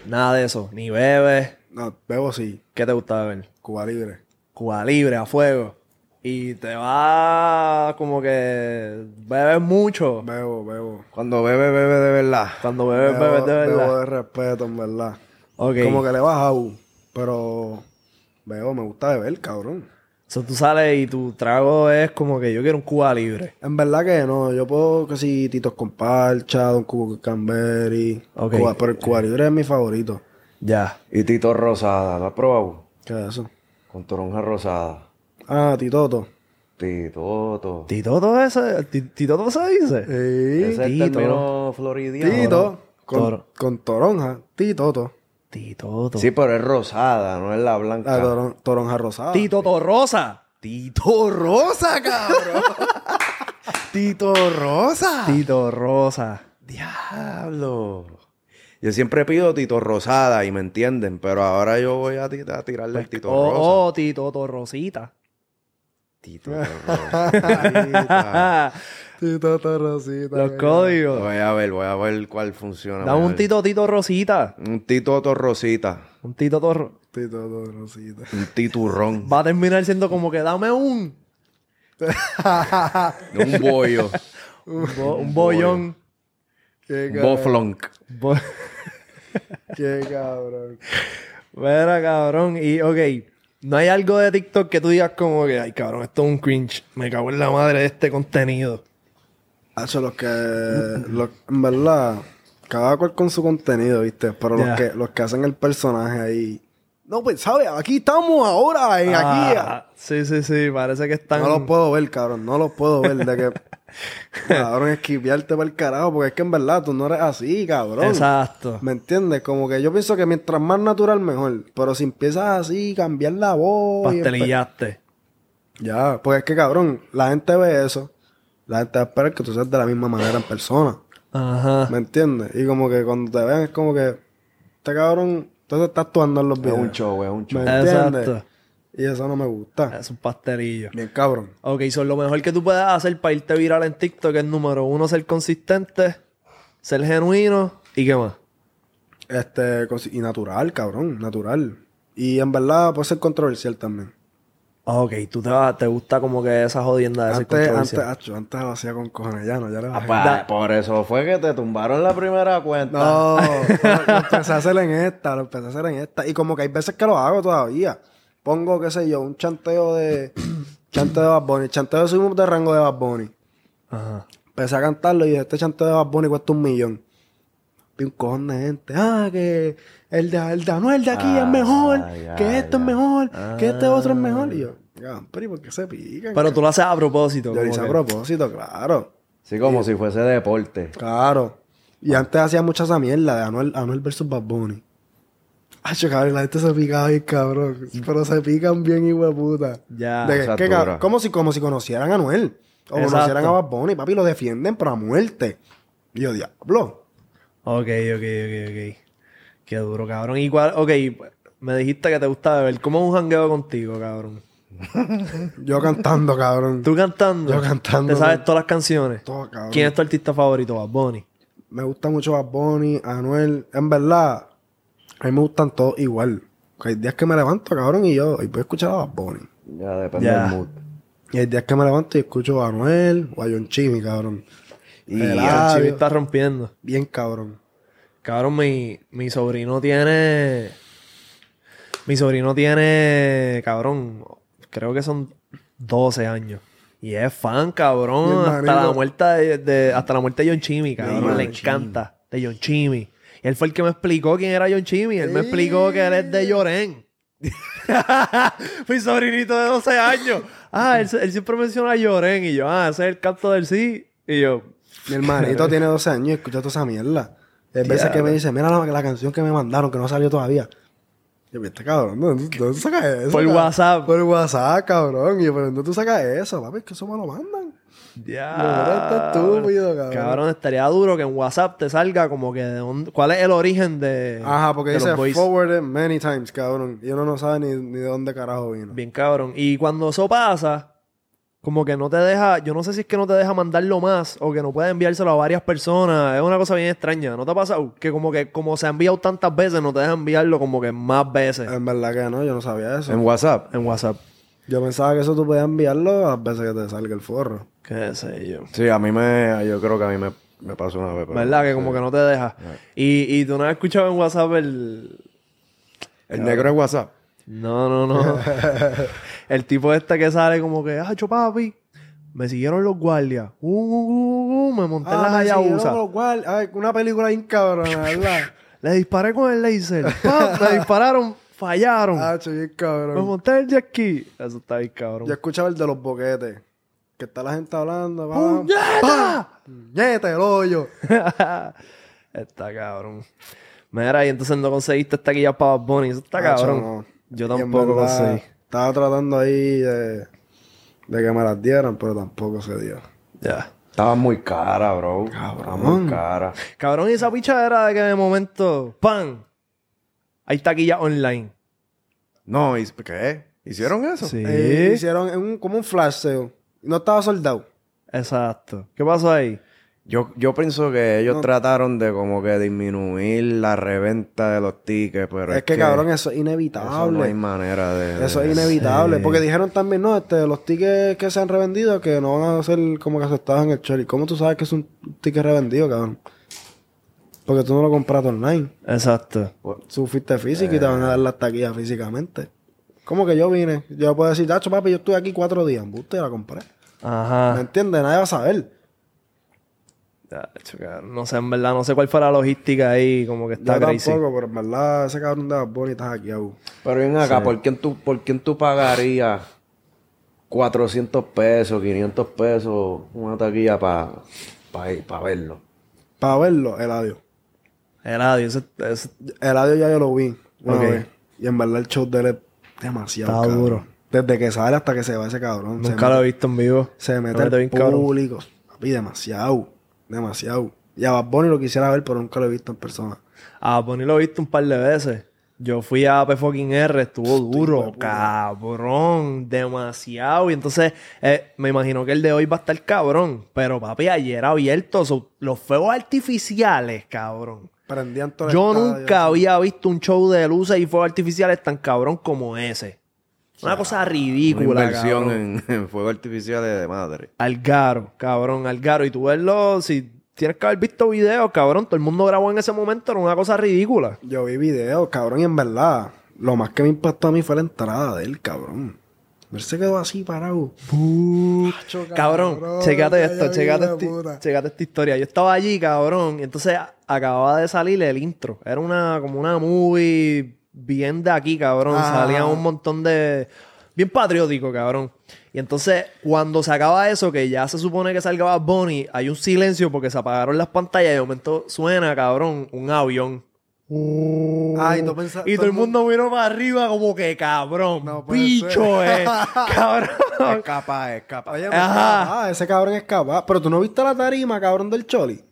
Speaker 2: Nada de eso. Ni bebes.
Speaker 1: no, bebo sí,
Speaker 2: ¿Qué te gusta beber?
Speaker 1: Cuba Libre.
Speaker 2: Cuba Libre a fuego. Y te va como que bebes mucho.
Speaker 1: Bebo, bebo.
Speaker 3: Cuando bebe, bebe de verdad.
Speaker 2: Cuando bebes,
Speaker 1: Bebo-
Speaker 2: bebes de
Speaker 1: bebo
Speaker 2: verdad.
Speaker 1: de respeto, en verdad.
Speaker 2: Ok.
Speaker 1: Como que le baja uh, pero bebo, me gusta beber, cabrón.
Speaker 2: So, tú sales y tu trago es como que yo quiero un Cuba Libre.
Speaker 1: En verdad que no, yo puedo que si Titos con Parcha, Don Cuco Camberi,
Speaker 2: Ok.
Speaker 1: Cuba- pero el Cuba Libre es mi favorito.
Speaker 2: Ya.
Speaker 3: Y Tito Rosada, ¿lo has probado?
Speaker 1: ¿Qué es eso?
Speaker 3: Con toronja rosada.
Speaker 1: Ah, Titoto.
Speaker 3: Titoto.
Speaker 2: ¿Tito todo ese? ¿Ti- ¿Tito todo se dice?
Speaker 1: Sí.
Speaker 3: Ese es el
Speaker 2: Tito.
Speaker 3: término floridiano.
Speaker 1: Tito. Con,
Speaker 2: Toro.
Speaker 1: con toronja. Titoto.
Speaker 2: Tito
Speaker 3: Sí, pero es rosada, no es la blanca.
Speaker 1: La toron- toronja
Speaker 3: Ah,
Speaker 1: rosada.
Speaker 2: Ah. Tito Torrosa.
Speaker 3: Tito Rosa, cabrón. *laughs* Tito Rosa.
Speaker 2: Tito Rosa.
Speaker 3: Diablo. Yo siempre pido Tito Rosada y me entienden, pero ahora yo voy a, ti- a tirarle al Tito
Speaker 2: oh,
Speaker 3: Rosa.
Speaker 2: oh, Tito Torrosita.
Speaker 3: Tito
Speaker 2: *laughs*
Speaker 3: Rosa.
Speaker 1: *laughs* Titoto Rosita.
Speaker 2: Los
Speaker 1: que-
Speaker 2: códigos.
Speaker 3: voy a ver, voy a ver cuál funciona.
Speaker 2: Dame
Speaker 3: mejor.
Speaker 2: un Tito Tito Rosita.
Speaker 3: Un Tito Rosita.
Speaker 2: Un Tito Torro.
Speaker 1: Titoto Rosita.
Speaker 3: Un titurrón.
Speaker 2: *laughs* Va a terminar siendo como que dame un, *laughs*
Speaker 3: un bollo.
Speaker 2: un, bo- un bollón.
Speaker 1: Qué
Speaker 3: un
Speaker 1: cabrón.
Speaker 3: boflonk.
Speaker 2: Bo-
Speaker 1: Qué cabrón.
Speaker 2: *laughs* Mira, cabrón. Y, ok, no hay algo de TikTok que tú digas como que, ay, cabrón, esto es un cringe. Me cago en la madre de este contenido.
Speaker 1: Hacho, Ah, los que. los- en verdad, cada cual con su contenido, ¿viste? Pero
Speaker 2: Ya.
Speaker 1: los, que, los que hacen el personaje ahí. No, pues, ¿sabes? Aquí estamos ahora, en aquí.
Speaker 2: Ah, Sí, sí, sí. Parece que están...
Speaker 1: No los puedo ver, cabrón. No los puedo ver. De
Speaker 2: *laughs*
Speaker 1: que. cabrón, esquiviarte para el carajo. Porque es que en verdad tú no eres así, cabrón.
Speaker 2: Exacto.
Speaker 1: ¿Me entiendes? Como que yo pienso que mientras más natural, mejor. Pero si empiezas así, cambiar la voz. y empe-
Speaker 2: Pastelillaste.
Speaker 1: Ya, porque es que, cabrón, la gente ve eso. La gente va a esperar que tú seas de la misma manera en persona.
Speaker 2: Ajá.
Speaker 1: ¿Me entiendes? Y como que cuando te vean es como que... Este cabrón... Entonces está actuando en los
Speaker 3: Es
Speaker 1: videos.
Speaker 3: un show, es un show.
Speaker 1: ¿Me
Speaker 2: Exacto.
Speaker 1: entiendes? Y eso no me gusta.
Speaker 2: Ah, Es un pastelillo.
Speaker 1: Bien cabrón.
Speaker 2: Ok, so lo mejor que tú puedes hacer para irte viral en TikTok es número uno, ser consistente, ser genuino y qué más.
Speaker 1: Este... cos- Y natural, cabrón. Natural. Y en verdad puede ser controversial también.
Speaker 2: Ah, Ok, tú te, vas- te gusta como que esa jodienda de ser
Speaker 1: Antes, antes,
Speaker 2: controversial.
Speaker 1: acho, antes lo hacía con cojones. Ya no, ya lo
Speaker 3: Ah,
Speaker 1: bajé.
Speaker 3: pa-
Speaker 2: Da-
Speaker 3: por eso fue que te tumbaron la primera cuenta.
Speaker 1: No, lo empecé a hacer en esta, lo empecé a hacer en esta. Y como que hay veces que lo hago todavía. Pongo, qué sé yo, un chanteo de. *clears throat* chanteo de Bad Bunny. Chanteo subimos de rango de Bad Bunny.
Speaker 2: Ajá.
Speaker 1: Empecé a cantarlo y dije, este chanteo de Bad Bunny cuesta un millón. Y un cojón de gente. Ah, que el de, el de Anuel de aquí
Speaker 3: Ah,
Speaker 1: es mejor.
Speaker 3: ya,
Speaker 1: que esto
Speaker 3: ya.
Speaker 1: es
Speaker 3: Ah.
Speaker 1: mejor. Que este
Speaker 2: Ah.
Speaker 1: otro es mejor. Y yo, ya, pero ¿y por qué se pican?
Speaker 2: Pero tú lo haces a propósito.
Speaker 1: Yo lo
Speaker 2: como
Speaker 1: hice a
Speaker 2: que-
Speaker 1: propósito, claro.
Speaker 3: Sí, como si fuese deporte.
Speaker 1: Claro. Y antes hacía mucha esa mierda de Anuel, Anuel versus Bad Bunny. Ay, cabrón, la gente se picaba bien, cabrón. Pero se pican bien, hijo de puta.
Speaker 2: Ya.
Speaker 1: De que-
Speaker 3: esa
Speaker 1: que,
Speaker 3: es dura.
Speaker 1: cabrón, como, si, como si conocieran a Anuel. O
Speaker 2: Exacto.
Speaker 1: conocieran a Bad Bunny, papi, lo defienden, pero a muerte. Y yo, diablo.
Speaker 2: Ok, ok, ok, ok. Qué duro, cabrón. Igual, ok, me dijiste que te gusta beber. ¿Cómo es un jangueo contigo, cabrón?
Speaker 1: Yo cantando, cabrón.
Speaker 2: ¿Tú cantando?
Speaker 1: Yo cantando,
Speaker 2: ¿Te sabes
Speaker 1: man.
Speaker 2: todas las canciones?
Speaker 1: Todo, cabrón.
Speaker 2: ¿Quién es tu artista favorito, Bad Bunny?
Speaker 1: Me gusta mucho Bad Bunny, Anuel. En verdad, a mí me gustan todos igual. Hay días que me levanto, cabrón, y yo, y voy a escuchar a Bad Bunny.
Speaker 3: Ya depende
Speaker 2: Ya.
Speaker 3: del mood.
Speaker 1: Y hay días que me levanto y escucho a Anuel o a John Chimmy, cabrón.
Speaker 3: Y
Speaker 1: El
Speaker 3: ya,
Speaker 1: Ah,
Speaker 2: el chico
Speaker 1: Dios.
Speaker 2: está rompiendo.
Speaker 1: Bien cabrón.
Speaker 2: Cabrón, mi, mi sobrino tiene. Mi sobrino tiene. Cabrón, creo que son 12 años. Y es fan,
Speaker 1: Mi
Speaker 2: cabrón.
Speaker 1: hermanito.
Speaker 2: Hasta la muerte de, de- hasta la muerte de John Chimmy, cabrón.
Speaker 1: hermano
Speaker 2: Le
Speaker 1: de
Speaker 2: encanta. De John Chimmy. Y él fue el que me explicó quién era John Chimmy. Él me
Speaker 1: Sí.
Speaker 2: explicó que él es de Lloren. *laughs* mi sobrinito de 12 años. Ah, él, se- él siempre menciona a Lloren. Y yo, ah, ese es el canto del sí. Y yo,
Speaker 1: Mi
Speaker 2: *laughs*
Speaker 1: hermanito tiene 12 años y escucha toda esa mierda. Hay veces que me dice, mira la, la canción que me mandaron que no salió todavía. Yo, este cabrón, ¿dónde, dónde sacas eso?
Speaker 2: Por
Speaker 1: cabrón?
Speaker 2: WhatsApp.
Speaker 1: Por WhatsApp, cabrón. Y yo, pero ¿dónde tú sacas eso? Papi, es que eso me lo mandan.
Speaker 2: Ya.
Speaker 1: No, eres estúpido, cabrón.
Speaker 2: estaría duro que en WhatsApp te salga como que de dónde- cuál es el origen de.
Speaker 1: Ajá, porque
Speaker 2: Eh, de los
Speaker 1: dice
Speaker 2: boys.
Speaker 1: forwarded many times, cabrón. Y uno no sabe ni, ni de dónde carajo vino.
Speaker 2: Bien, cabrón. Y cuando eso pasa, como que no te deja. Yo no sé si es que no te deja mandarlo más o que no puedes enviárselo a varias personas. Es una cosa bien extraña. ¿No te ha pasado? Que como que como se ha enviado tantas veces, no te deja enviarlo como que más veces
Speaker 1: En verdad que no, yo no sabía eso.
Speaker 3: En WhatsApp.
Speaker 2: en WhatsApp.
Speaker 1: Yo pensaba que eso tú podías enviarlo a las veces que te salga el forro.
Speaker 2: Qué sé yo.
Speaker 3: Sí, a mí me. Yo creo que a mí me, me pasó una vez. pero-
Speaker 2: ¿Verdad? Que como
Speaker 3: sí.
Speaker 2: que no te deja. Y, y tú no has escuchado en WhatsApp el.
Speaker 3: El negro es WhatsApp.
Speaker 2: No,
Speaker 1: *laughs*
Speaker 2: no, no. el tipo este que sale como que, ah, papi, me siguieron los guardias. Uh, uh, uh, uh, me monté en la
Speaker 1: Ah, me siguieron
Speaker 2: Hayabusa.
Speaker 1: los guard- Ay, una película bien cabrona, ¿verdad? *laughs*
Speaker 2: Le disparé con el laser. ¡Pam! Me dispararon, fallaron.
Speaker 1: Ah, bien
Speaker 2: me
Speaker 1: cabrón.
Speaker 2: monté en el jet ski. Eso está ahí, cabrón.
Speaker 1: Yo escuchaba el de los boquetes. Que está la gente hablando. pa,
Speaker 2: ¡Puñeta!
Speaker 1: ¡Puñeta, el hoyo!
Speaker 2: *laughs* está cabrón. Mira, y entonces no conseguiste esta guía para Bad Bunny. Eso está
Speaker 1: Ah,
Speaker 2: cabrón.
Speaker 1: chamo, no.
Speaker 2: Yo
Speaker 1: Y en
Speaker 2: tampoco
Speaker 1: verdad,
Speaker 2: conseguí.
Speaker 1: Estaba tratando ahí de, de que me las dieran, pero tampoco se dio.
Speaker 2: Ya.
Speaker 3: Estaba muy cara, bro. Estaba muy cara.
Speaker 2: Cabrón, y esa pichadera de que de momento, ¡pam! Hay taquilla online.
Speaker 3: No, ¿y ¿qué? ¿Hicieron eso?
Speaker 1: Eh, hicieron un- como un flash sale. No estaba soldado.
Speaker 2: Exacto. ¿Qué pasó ahí?
Speaker 3: Yo, yo pienso que ellos trataron de como que disminuir la reventa de los tickets, pero
Speaker 1: Es, que, cabrón, eso es inevitable.
Speaker 3: eso no hay manera de...
Speaker 1: Eso
Speaker 3: de-
Speaker 1: es inevitable. Porque dijeron también, no, este, los tickets que se han revendido que no van a ser como que aceptados en el Cherry. ¿Cómo tú sabes que es un ticket revendido, cabrón? Porque tú no lo compraste online.
Speaker 2: Exacto.
Speaker 1: Tú fuiste físico y te van a dar las taquillas físicamente. Como que yo vine? Yo puedo decir, Tacho, papi, yo estuve aquí cuatro días. Embuste, la compré. ¿Me
Speaker 2: Ajá.
Speaker 1: entiendes? Nadie va a saber.
Speaker 2: Ya, chica, No sé, en verdad, no sé cuál fue la logística ahí, como que está
Speaker 1: yo
Speaker 2: crazy.
Speaker 1: tampoco, pero en verdad, ese cabrón de Bad Bunny está aquí abu.
Speaker 3: Pero ven acá, ¿por, quién tú, ¿por quién tú pagarías 400 pesos, 500 pesos una taquilla para verlo?
Speaker 1: Para verlo, Eladio.
Speaker 2: Eladio, ese- ese-
Speaker 1: Eladio ya yo lo vi una
Speaker 2: Ok.
Speaker 1: vez. Y en verdad el show de él es demasiado
Speaker 2: Está
Speaker 1: cabrón.
Speaker 2: duro.
Speaker 1: Desde que sale hasta que se va ese cabrón. se
Speaker 2: nunca lo he
Speaker 1: mete,
Speaker 2: visto en vivo.
Speaker 1: Se mete
Speaker 2: Me mete
Speaker 1: el
Speaker 2: bien cabrón.
Speaker 1: público. Papi, demasiado. Demasiado. Y a Bad Bunny lo quisiera ver, pero nunca lo he visto en persona.
Speaker 2: A Bonnie lo he visto un par de veces. Yo fui a P fucking R, estuvo duro, cabrón, demasiado. Y entonces eh, me imagino que el de hoy va a estar cabrón. Pero papi, ayer abierto so- los fuegos artificiales, cabrón.
Speaker 1: Prendían todo el
Speaker 2: Yo
Speaker 1: estadio.
Speaker 2: nunca había visto un show de luces y fuegos artificiales tan cabrón como ese. Una cosa
Speaker 3: Una
Speaker 2: ridícula,
Speaker 3: inversión
Speaker 2: cabrón.
Speaker 3: en, en fuego artificial de madre.
Speaker 2: Algaro, cabrón, Algaro. Y tú verlo, si tienes que haber visto videos, cabrón, todo el mundo grabó en ese momento, era una cosa ridícula.
Speaker 1: Yo vi videos, cabrón, y en verdad, lo más que me impactó a mí fue la entrada de él, cabrón. Él se quedó así parado. Acho,
Speaker 2: Cabrón, checate
Speaker 1: ya
Speaker 2: esto,
Speaker 1: yo
Speaker 2: checate,
Speaker 1: vi la
Speaker 2: esti-
Speaker 1: puta.
Speaker 2: checate esta historia. Yo estaba allí, cabrón, y entonces a- acababa de salir el intro. Era una como una movie bien de aquí, cabrón.
Speaker 1: Ajá.
Speaker 2: Salía un montón de... Bien patriótico, cabrón. Y entonces, cuando se acaba eso, que ya se supone que salga Bad Bunny, hay un silencio porque se apagaron las pantallas y de momento suena, cabrón, un avión.
Speaker 1: Ay, no pensaba-
Speaker 2: Y todo el mundo miró para arriba como que, cabrón,
Speaker 1: No puede
Speaker 2: bicho,
Speaker 1: ser.
Speaker 2: eh. *laughs* cabrón.
Speaker 3: Escapa, escapa.
Speaker 1: Oye,
Speaker 2: Ajá.
Speaker 1: ah, ese cabrón es capaz. Pero tú no viste la tarima, cabrón, del Choli.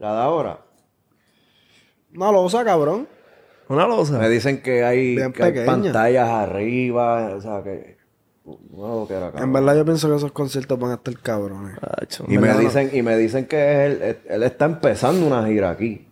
Speaker 3: La de ahora.
Speaker 1: Una losa, cabrón.
Speaker 2: Una losa.
Speaker 3: Me dicen que hay,
Speaker 1: Bien
Speaker 3: que hay
Speaker 1: pequeña.
Speaker 3: pantallas arriba, o sea que... No, que era
Speaker 1: En
Speaker 3: cabrón.
Speaker 1: verdad, yo pienso que esos conciertos van a estar cabrones.
Speaker 2: Acho,
Speaker 3: Y me, dicen, y me dicen que él, él está empezando una gira aquí.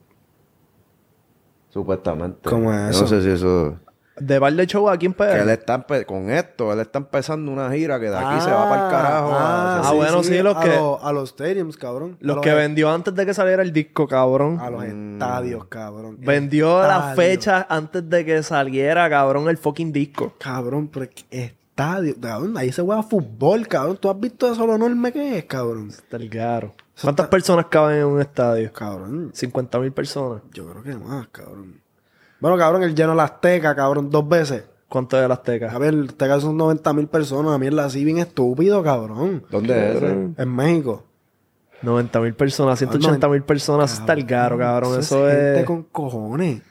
Speaker 3: Supuestamente.
Speaker 1: ¿Cómo es eso?
Speaker 3: Yo
Speaker 1: Eh.
Speaker 3: No sé si eso...
Speaker 2: De bar de show aquí en PR.
Speaker 3: Que él está empe- con esto, él está empezando una gira que de aquí se va para el carajo. a-
Speaker 2: Ah, bueno, sí, los
Speaker 1: a
Speaker 2: que-
Speaker 1: los- a los stadiums, cabrón.
Speaker 2: Los
Speaker 1: A
Speaker 2: que vendió antes de que saliera el disco, cabrón.
Speaker 1: A los
Speaker 3: Mm.
Speaker 1: estadios, cabrón.
Speaker 2: vendió las
Speaker 1: Ah, Estadio.
Speaker 2: fechas antes de que saliera, cabrón, el fucking disco.
Speaker 1: Cabrón, pero es que estadio. Cabrón, ahí se juega fútbol, cabrón. ¿Tú has visto eso lo enorme que es, cabrón?
Speaker 2: Está el garo. ¿Cuántas personas caben en un estadio?
Speaker 1: Cabrón,
Speaker 2: 50 mil personas.
Speaker 1: yo creo que más, cabrón. Bueno, cabrón, el lleno de la Azteca, cabrón, dos veces.
Speaker 2: ¿Cuánto es el
Speaker 1: A
Speaker 2: Azteca?
Speaker 1: ver, el Azteca son 90 mil personas. Mierda, así bien estúpido, cabrón.
Speaker 3: ¿Dónde es ese?
Speaker 1: En México.
Speaker 2: 90 mil personas,
Speaker 1: Ah,
Speaker 2: 180 mil personas. Está el garo, cabrón. Eso
Speaker 1: gente
Speaker 2: es.
Speaker 1: con cojones.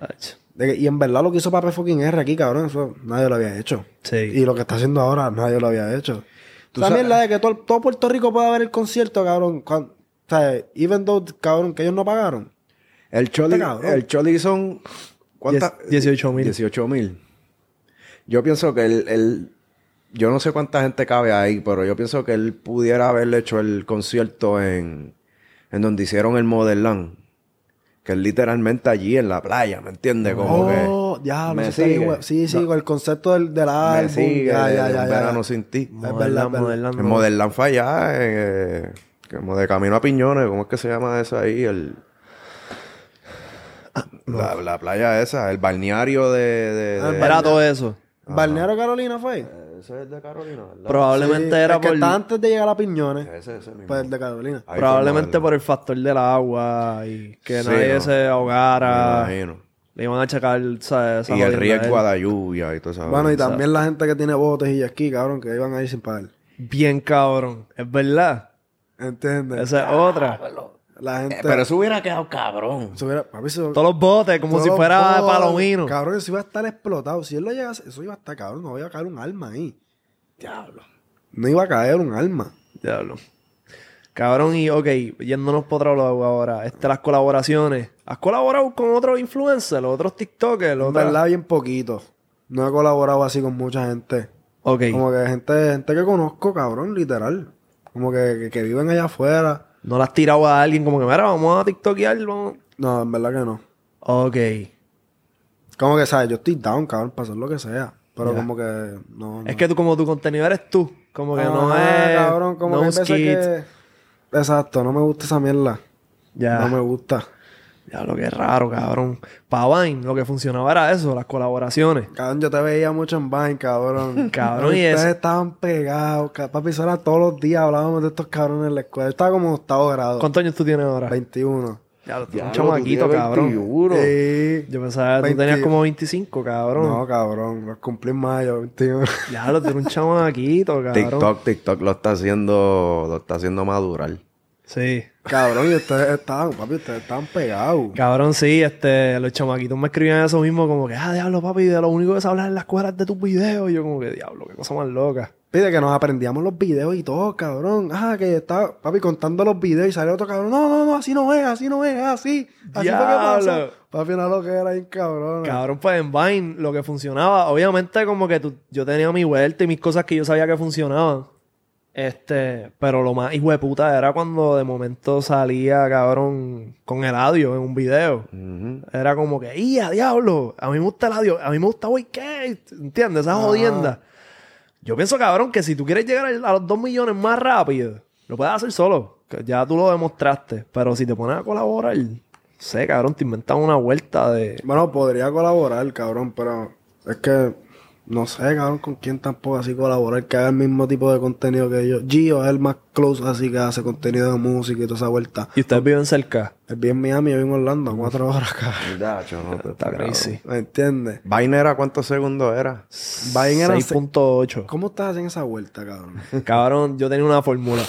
Speaker 2: Acho.
Speaker 1: De que- y en verdad lo que hizo Pape fucking R aquí, cabrón, eso nadie lo había hecho.
Speaker 2: Sí.
Speaker 1: Y lo que está haciendo ahora, nadie lo había hecho.
Speaker 3: Tú
Speaker 1: También
Speaker 3: sabes-
Speaker 1: la de que todo, todo Puerto Rico pueda ver el concierto, cabrón. Cuan- o sea, even though, cabrón, que ellos no pagaron.
Speaker 3: El Choli,
Speaker 1: Está Este cabrón.
Speaker 3: el Choli son... ¿Cuántas?
Speaker 2: Diez- 18.000.
Speaker 3: 18.000. Yo pienso que él, él- Yo no sé cuánta gente cabe ahí, pero yo pienso que él pudiera haberle hecho el concierto en... En donde hicieron el Modelland. que es literalmente allí en la playa, ¿me entiendes? Como
Speaker 1: Oh,
Speaker 3: que
Speaker 1: ya,
Speaker 3: me
Speaker 1: me sigue.
Speaker 3: sigue.
Speaker 1: Sí, sí, con el concepto del, del álbum.
Speaker 3: me sigue,
Speaker 1: ah, ya, ya,
Speaker 3: de
Speaker 1: ya,
Speaker 3: Un
Speaker 1: ya.
Speaker 3: verano sin ti.
Speaker 1: verdad,
Speaker 2: Modelan,
Speaker 1: es verdad.
Speaker 2: modelan,
Speaker 3: En
Speaker 2: no.
Speaker 3: Modelán Falla, eh, como de camino a Piñones, ¿cómo es que se llama esa ahí? El,
Speaker 1: Ah,
Speaker 3: la, la playa esa, el balneario de... de-
Speaker 1: Ah,
Speaker 3: de-
Speaker 2: Era todo eso.
Speaker 1: ¿Balneario Carolina fue?
Speaker 3: Ese es de Carolina, ¿verdad?
Speaker 2: Probablemente
Speaker 1: Sí,
Speaker 2: era
Speaker 1: el que
Speaker 2: por...
Speaker 1: está antes de llegar a Piñones.
Speaker 3: Ese, ese mismo.
Speaker 1: Pues el de Carolina.
Speaker 3: Ahí fue
Speaker 2: Probablemente
Speaker 3: Modelán.
Speaker 2: por el factor del agua y que
Speaker 3: Sí,
Speaker 2: nadie
Speaker 3: no.
Speaker 2: se ahogara.
Speaker 3: Me imagino.
Speaker 2: Le iban a checar esa, esa
Speaker 3: Y el
Speaker 2: jodienda
Speaker 3: riesgo a
Speaker 2: esa.
Speaker 3: la lluvia y todo eso.
Speaker 1: Bueno, y también la gente que tiene botes y aquí, cabrón, que iban a ir sin pagar.
Speaker 2: Bien cabrón. Es verdad.
Speaker 1: ¿Entiendes?
Speaker 2: Esa es otra. Eh,
Speaker 1: La gente.
Speaker 3: Eh, Pero eso hubiera quedado cabrón.
Speaker 1: se hubiera- papi, se-
Speaker 2: Todos los botes, como
Speaker 1: todos
Speaker 2: si
Speaker 1: los
Speaker 2: fuera
Speaker 1: botes,
Speaker 2: palomino.
Speaker 1: Cabrón, eso iba a estar explotado. Si él lo llegase, eso iba a estar, cabrón. No iba a caer un alma ahí. Diablo. No iba a caer un alma.
Speaker 2: Diablo. Cabrón, y ok, yéndonos por otro lado ahora. Este, las colaboraciones. ¿Has colaborado con otros influencers, los otros TikTokers, los
Speaker 1: En
Speaker 2: otros?
Speaker 1: verdad, bien poquito. No he colaborado así con mucha gente.
Speaker 2: Ok.
Speaker 1: Como que gente, gente que conozco, cabrón, literal. Como que, que, que viven allá afuera.
Speaker 2: ¿No las has tirado a alguien como que, mira, vamos a TikTokear? Vamos.
Speaker 1: No, en verdad que no.
Speaker 2: Ok.
Speaker 1: Como que, ¿sabes? Yo estoy down, cabrón, para hacer lo que sea. Pero
Speaker 2: Ya.
Speaker 1: como que, no.
Speaker 2: Es
Speaker 1: no.
Speaker 2: que tú, como tu contenido eres tú. Como que no
Speaker 1: Ajá,
Speaker 2: es.
Speaker 1: Ah, Cabrón, como
Speaker 2: no
Speaker 1: que hay
Speaker 2: un
Speaker 1: veces
Speaker 2: skit.
Speaker 1: que- Exacto, no me gusta esa mierda.
Speaker 2: Ya.
Speaker 1: No me gusta.
Speaker 2: Ya lo que es raro, cabrón. Para Vine, lo que funcionaba era eso, las colaboraciones.
Speaker 1: Cabrón, yo te veía mucho en Vine, cabrón.
Speaker 2: *laughs* Cabrón, y
Speaker 1: Ustedes
Speaker 2: eso.
Speaker 1: estaban pegados. ca- Papi, eso era todos los días hablábamos de estos cabrones en la escuela. Yo estaba como en octavo grado.
Speaker 2: ¿Cuántos años tú tienes ahora?
Speaker 1: 21.
Speaker 2: Ya, tú eres un
Speaker 3: Diablo,
Speaker 2: chamaquito,
Speaker 3: tú tienes
Speaker 2: cabrón.
Speaker 3: 21.
Speaker 1: Sí.
Speaker 2: Yo pensaba que tú
Speaker 1: 20.
Speaker 2: tenías como 25, cabrón.
Speaker 1: No, cabrón, los cumplí en mayo, 21.
Speaker 2: Ya lo tú eres un chamaquito, cabrón.
Speaker 3: TikTok, TikTok lo está haciendo, lo está haciendo madurar.
Speaker 2: Sí.
Speaker 1: *laughs* cabrón, y ustedes estaban, papi, ustedes estaban pegados.
Speaker 2: Cabrón, sí, este, los chamaquitos me escribían eso mismo, como que, ah, diablo, papi, de lo único que se habla en las escuela es de tus videos. Y yo, como que, diablo, qué cosa más loca.
Speaker 1: Pide que nos aprendíamos los videos y todo, cabrón. Ah, que estaba, papi, contando los videos y salió otro cabrón. No, no, no, así no es, así no es, así. Así fue que
Speaker 2: Diablo.
Speaker 1: pasó. Papi, una loquera bien cabrón.
Speaker 2: Cabrón, pues en Vine lo que funcionaba, obviamente como que tú- yo tenía mi vuelta y mis cosas que yo sabía que funcionaban. Este, pero lo más hijo de puta era cuando de momento salía, cabrón, con el audio en un video.
Speaker 3: Ujú.
Speaker 2: Era como que, ¡y a diablo! A mí me gusta el audio, a mí me gusta Boy Kate", ¿entiendes? Esa jodienda. Yo pienso, cabrón, que si tú quieres llegar al- a los dos millones más rápido, lo puedes hacer solo. que ya tú lo demostraste. Pero si te pones a colaborar, sé, cabrón, te inventas una vuelta de...
Speaker 1: Bueno, podría colaborar, cabrón, pero es que no sé, cabrón, con quién tampoco así colaborar, que haga el mismo tipo de contenido que yo. Gio es el más close, así que hace contenido de música y toda esa vuelta.
Speaker 2: Y ustedes viven cerca.
Speaker 1: Él vive en Miami, yo vivo en Orlando, a cuatro *laughs* horas, cabrón.
Speaker 3: Muchacho, no, te-
Speaker 2: Está crazy.
Speaker 1: ¿Me entiendes?
Speaker 3: Vaina era cuántos segundos era.
Speaker 1: Vine era se-
Speaker 2: 6.8.
Speaker 1: ¿Cómo estás haciendo esa vuelta, cabrón?
Speaker 2: Cabrón, yo tenía una fórmula.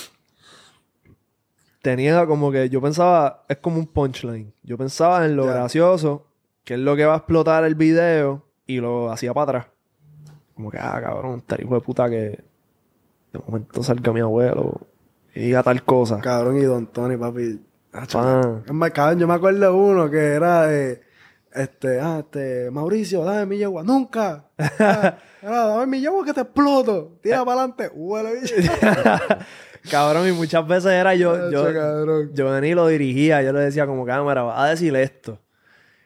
Speaker 2: Tenía como que, yo pensaba, es como un punchline. Yo pensaba en lo
Speaker 1: Ya.
Speaker 2: gracioso, que es lo que va a explotar el video, y lo hacía para atrás. Como que, ah, cabrón, este hijo de puta que de momento salga mi abuelo y diga tal cosa.
Speaker 1: Cabrón y Don Tony, papi. Ah,
Speaker 2: Pan.
Speaker 1: Es más, cabrón, yo me acuerdo de uno que era de. Este, ah, este, Mauricio, dame mi yegua. ¡Nunca!
Speaker 2: *laughs*
Speaker 1: Ah, ah, dame mi yegua que te exploto. Tira para adelante. Huele, bicho.
Speaker 2: *laughs* Cabrón, y muchas veces era yo,
Speaker 1: Ese
Speaker 2: yo,
Speaker 1: Ah, cabrón.
Speaker 2: yo venía y lo dirigía, yo le decía como cámara, vas a decir esto.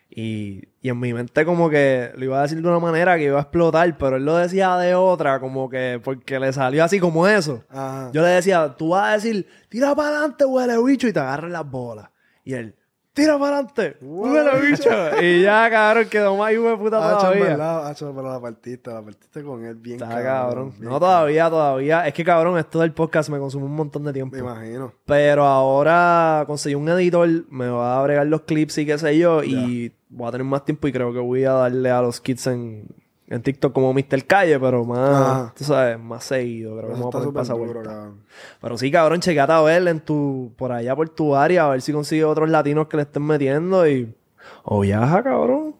Speaker 2: Y, y en mi mente como que lo iba a decir de una manera que iba a explotar, pero él lo decía de otra, como que porque le salió así como eso.
Speaker 1: Ajá. Ah,
Speaker 2: Yo le decía, tú vas a decir, tira para adelante, huele bicho, y te agarran las bolas. Y él, tira para adelante, huele bicho.
Speaker 1: *laughs*
Speaker 2: y ya, cabrón, quedó más hijo de puta
Speaker 1: Ah, chaval,
Speaker 2: todavía.
Speaker 1: la- ah, chaval, pero la partiste, la partiste con él bien
Speaker 2: Está cabrón.
Speaker 1: bien
Speaker 2: No, todavía, todavía. Es que cabrón, esto del podcast me consume un montón de tiempo.
Speaker 1: Me imagino.
Speaker 2: Pero ahora conseguí un editor, me va a bregar los clips y qué sé yo, y voy a tener más tiempo y creo que voy a darle a los kids en, en TikTok como Mr. Calle, pero más,
Speaker 1: Ajá.
Speaker 2: tú sabes, más seguido. Creo que
Speaker 1: Eso
Speaker 2: me voy a
Speaker 1: está
Speaker 2: poner
Speaker 1: súper
Speaker 2: para esa
Speaker 1: duro,
Speaker 2: vuelta.
Speaker 1: cabrón.
Speaker 2: Pero sí, cabrón, checate a ver en tu, por allá por tu área, a ver si consigues otros latinos que le estén metiendo y... O viaja, cabrón.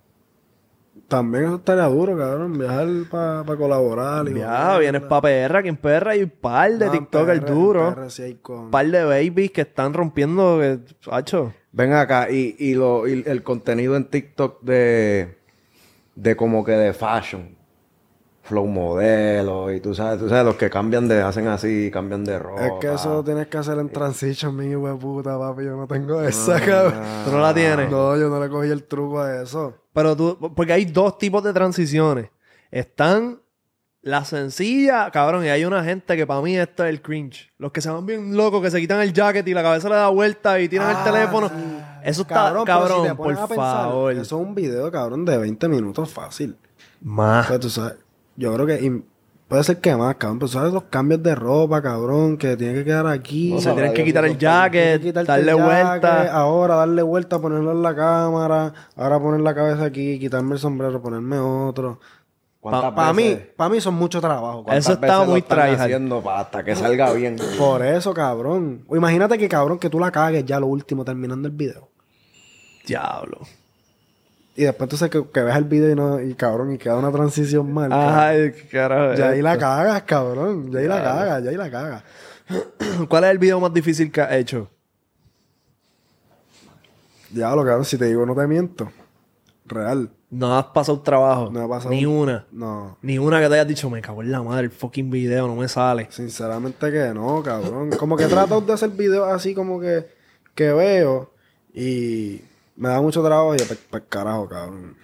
Speaker 1: También eso estaría duro, cabrón. Viajar para colaborar. y
Speaker 2: Viaja,
Speaker 1: joder,
Speaker 2: vienes
Speaker 1: ¿verdad?
Speaker 2: pa' PR, aquí en PR hay un par de
Speaker 1: Ah, en
Speaker 2: TikTokers
Speaker 1: PR, en
Speaker 2: duro.
Speaker 1: PR sí hay con-
Speaker 2: Un par de babies que están rompiendo, que, hacho.
Speaker 3: Ven acá, y, y lo, y el contenido en TikTok de, de como que de fashion. flow modelo y tú sabes, tú sabes, los que cambian de, hacen así, cambian de ropa.
Speaker 1: Es que eso lo tienes que hacer en transition, mi hijo de puta, papi. Yo no tengo esa, cabrón.
Speaker 2: Tú no la tienes.
Speaker 1: No, yo no le cogí el truco a eso.
Speaker 2: Pero tú, porque hay dos tipos de transiciones. Están las sencillas, cabrón, y hay una gente que para mí esto es el cringe. Los que se van bien locos, que se quitan el jacket y la cabeza le da vuelta y tiran el teléfono. Eso está, cabrón,
Speaker 1: Ah, pero si te pones
Speaker 2: por
Speaker 1: a pensar,
Speaker 2: favor.
Speaker 1: Eso es un video, cabrón, de 20 minutos fácil. O
Speaker 2: Más.
Speaker 1: sea, tú sabes, yo creo que y puede ser que más, cabrón, pero sabes los cambios de ropa, cabrón, que tiene que quedar aquí.
Speaker 3: O
Speaker 2: Se
Speaker 3: sea,
Speaker 2: tienen que
Speaker 3: Dios
Speaker 2: quitar
Speaker 3: mío,
Speaker 2: el
Speaker 1: Tienes
Speaker 2: jacket,
Speaker 1: que quitarte
Speaker 2: darle
Speaker 1: el Ah. jaque,
Speaker 2: vuelta.
Speaker 1: Ahora darle vuelta, ponerlo en la cámara, ahora poner la cabeza aquí, quitarme el sombrero, ponerme otro.
Speaker 3: ¿Cuántas
Speaker 1: Para mí,
Speaker 3: veces-
Speaker 1: pa' mí son mucho trabajo, cabrón.
Speaker 2: Eso
Speaker 3: cuántas
Speaker 2: está
Speaker 3: veces lo
Speaker 2: muy
Speaker 3: están
Speaker 2: tryhard.
Speaker 3: haciendo pa- hasta que salga bien.
Speaker 1: Por eso, cabrón. O imagínate que, cabrón, que tú la cagues ya lo último terminando el video.
Speaker 2: Diablo.
Speaker 1: Y después entonces que, que ves el video y, no, y cabrón, y queda una transición mal. cabrón.
Speaker 2: Ay, carajo.
Speaker 1: ya ahí la cagas, cabrón. Ya ahí la cagas, ya ahí la cagas.
Speaker 2: *clears throat* ¿Cuál es el video más difícil que has hecho?
Speaker 1: Diablo, cabrón, si te digo no te miento. Real.
Speaker 2: No has pasado trabajo.
Speaker 1: No he pasado
Speaker 2: Ni
Speaker 1: un-
Speaker 2: una.
Speaker 1: No.
Speaker 2: Ni una que te hayas dicho, me cago en la madre, el fucking video no me sale.
Speaker 1: Sinceramente que no, cabrón. Como que trato de hacer videos así como que, que veo y me da mucho trabajo y pues, pues, carajo, cabrón.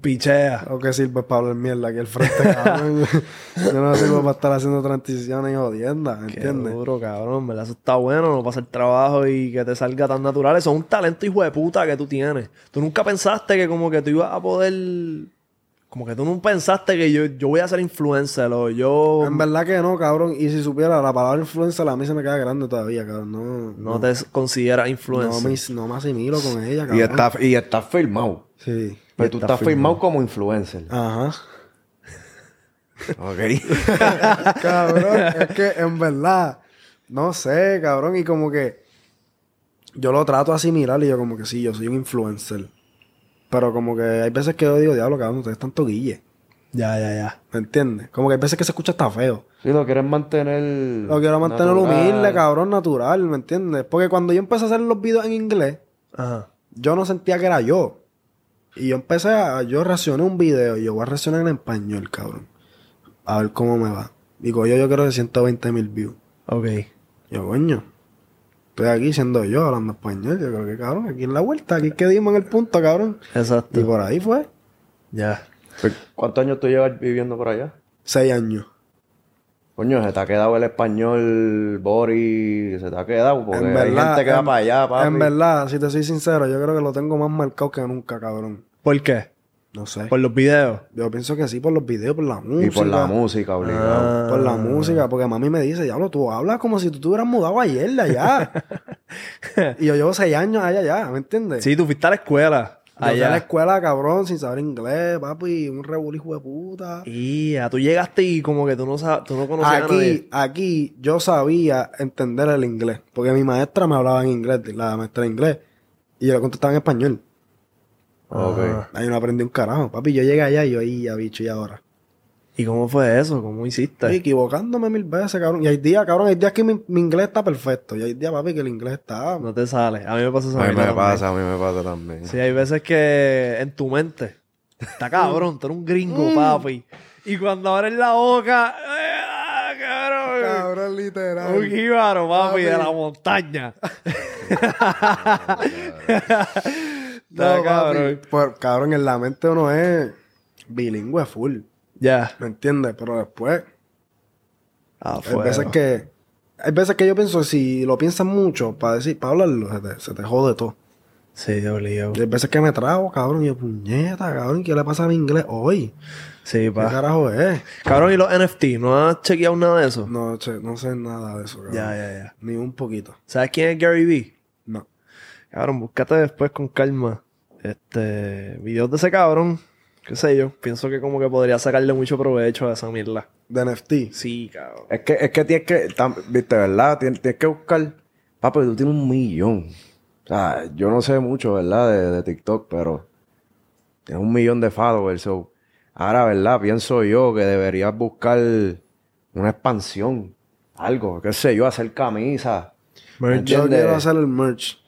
Speaker 2: Pichea.
Speaker 1: ¿O qué sirve para hablar mierda aquí al frente,
Speaker 3: *laughs*
Speaker 1: cabrón? Yo no sirvo para estar haciendo transiciones y jodiendas,
Speaker 2: Qué
Speaker 1: ¿entiendes?
Speaker 2: duro, cabrón. ¿Verdad? Eso está bueno, no pasar trabajo y que te salga tan natural. Eso es un talento hijo de puta que tú tienes. Tú nunca pensaste que como que tú ibas a poder... Como que tú nunca pensaste que yo, yo voy a ser influencer o yo...
Speaker 1: En verdad que no, cabrón. Y si supiera, la palabra influencer a mí se me queda grande todavía, cabrón. No,
Speaker 2: No te consideras influencer.
Speaker 1: no me, no me asimilo con ella, cabrón.
Speaker 3: y está, y está firmado.
Speaker 1: Sí.
Speaker 3: Pero tú estás firmado
Speaker 1: *laughs*
Speaker 3: como influencer.
Speaker 1: Ajá.
Speaker 3: Ok. *laughs*
Speaker 1: *laughs* cabrón, es que en verdad, no sé, cabrón, y como que yo lo trato así mirar y yo como que sí, yo soy un influencer. Pero como que hay veces que yo digo, diablo, cabrón, ustedes están toquille.
Speaker 2: Ya, ya, ya.
Speaker 1: ¿Me entiendes? Como que hay veces que se escucha hasta feo.
Speaker 3: Si lo quieres mantener.
Speaker 1: Lo quiero mantener
Speaker 3: Mm. natural.
Speaker 1: humilde, cabrón, natural, ¿me entiendes? Porque cuando yo empecé a hacer los videos en inglés,
Speaker 2: Ajá.
Speaker 1: yo no sentía que era yo. Y yo empecé a, yo reaccioné un video y yo voy a reaccionar en español, cabrón. A ver cómo me va. Digo, yo, yo quiero de 120 mil views.
Speaker 2: Ok.
Speaker 1: Yo, coño. Estoy aquí siendo yo hablando español. Yo creo que, cabrón, aquí en la vuelta, aquí que dimos en el punto, cabrón.
Speaker 2: Exacto.
Speaker 1: Y por ahí fue.
Speaker 2: Ya.
Speaker 3: ¿Cuántos años tú llevas viviendo por allá?
Speaker 1: Seis años.
Speaker 3: Coño, se te ha quedado el español, Boris, se te ha quedado. Porque
Speaker 1: en verdad.
Speaker 3: hay gente que va
Speaker 1: en-
Speaker 3: para allá, papi.
Speaker 1: En verdad, si te soy sincero, yo creo que lo tengo más marcado que nunca, cabrón.
Speaker 2: ¿Por qué?
Speaker 1: No sé.
Speaker 2: Por los videos.
Speaker 1: Yo pienso que sí, por los videos, por la música.
Speaker 3: Y por la música, obligado.
Speaker 2: Ah.
Speaker 1: Por la música, porque mami me dice, diablo, tú hablas como si tú te hubieras mudado ayer de allá.
Speaker 2: *laughs*
Speaker 1: y yo llevo seis años allá, allá, ¿me entiendes?
Speaker 2: Sí, tú fuiste a la escuela.
Speaker 1: Yo fui a la
Speaker 2: Allá.
Speaker 1: escuela, cabrón, sin saber inglés, papi, un rebulijo de puta.
Speaker 2: Y tú llegaste y como que tú no, sab- tú no conocías a nadie.
Speaker 1: Aquí, aquí yo sabía entender el inglés, porque mi maestra me hablaba en inglés, la maestra de inglés, y yo le contestaba en español. Ah,
Speaker 3: Ok.
Speaker 1: Ahí no aprendí un carajo, papi. Yo llegué allá y yo ahí, ya bicho, y ahora.
Speaker 2: ¿Y cómo fue eso? ¿Cómo hiciste?
Speaker 1: Estoy equivocándome mil veces, cabrón. Y hay días, cabrón, hay días que mi, mi inglés está perfecto, y hay días, papi, que el inglés está.
Speaker 2: No te sale. A mí me pasa eso.
Speaker 3: A mí
Speaker 2: ahorita
Speaker 3: me
Speaker 2: también.
Speaker 3: pasa, a mí me pasa también.
Speaker 2: Sí, hay veces que en tu mente. Está cabrón, tú eres un
Speaker 1: Mm.
Speaker 2: gringo, papi. Y cuando abres la boca. ¡ah, cabrón!
Speaker 1: literal.
Speaker 2: Un jíbaro, papi,
Speaker 1: Papi.
Speaker 2: de la
Speaker 1: *laughs*
Speaker 2: montaña.
Speaker 1: No,
Speaker 2: Está
Speaker 1: papi,
Speaker 2: cabrón.
Speaker 1: por- cabrón, en la mente uno es bilingüe full,
Speaker 2: Ya.
Speaker 1: ¿me entiendes? Pero después.
Speaker 2: Ah,
Speaker 1: Hay veces que hay veces que yo pienso si lo piensas mucho para decir para hablarlo se te, se te jode todo.
Speaker 2: Sí, te obligó.
Speaker 1: Y hay veces que me trago, cabrón, y yo puñeta, cabrón, ¿qué le pasa a mi inglés hoy?
Speaker 2: Sí,
Speaker 1: ¿Qué
Speaker 2: pa.
Speaker 1: carajo es?
Speaker 2: Cabrón, ¿y los NFT? ¿No has chequeado nada de eso?
Speaker 1: No, che, no sé nada de eso, cabrón.
Speaker 2: Ya, ya, ya.
Speaker 1: Ni un poquito.
Speaker 2: ¿Sabes quién es Gary Vee?
Speaker 1: No.
Speaker 2: Cabrón, búscate después con calma. Este. Videos de ese cabrón. Qué sé yo. Pienso que como que podría sacarle mucho provecho a esa mierda.
Speaker 1: De NFT.
Speaker 2: Sí, cabrón.
Speaker 3: Es que, es que tienes que, tam- viste, ¿verdad? Tien- Tienes, que buscar. Papi, tú tienes un millón. O sea, yo no sé mucho, ¿verdad? De, de TikTok, pero tienes un millón de followers. so, Ahora, ¿verdad? Pienso yo que deberías buscar una expansión. Algo, qué sé yo, hacer camisas.
Speaker 2: Merch.
Speaker 1: Yo
Speaker 3: ¿Entiendes?
Speaker 1: quiero hacer el merch,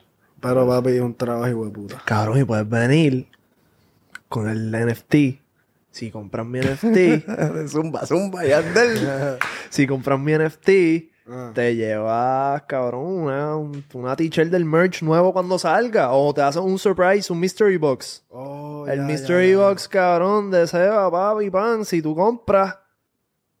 Speaker 1: pero papi es un trabajo hijo de puta.
Speaker 2: Cabrón, y puedes venir con el NFT. si compran mi NFT,
Speaker 3: zumba, zumba, Yandel.
Speaker 2: si compras mi NFT,
Speaker 1: Ah.
Speaker 2: te llevas, cabrón, una, un- una t-shirt del merch nuevo cuando salga. O te hacen un surprise, un mystery box.
Speaker 1: Oh,
Speaker 2: El
Speaker 1: ya, ya,
Speaker 2: mystery
Speaker 1: ya.
Speaker 2: box, cabrón, de Seba, papi, pan. Si tú compras,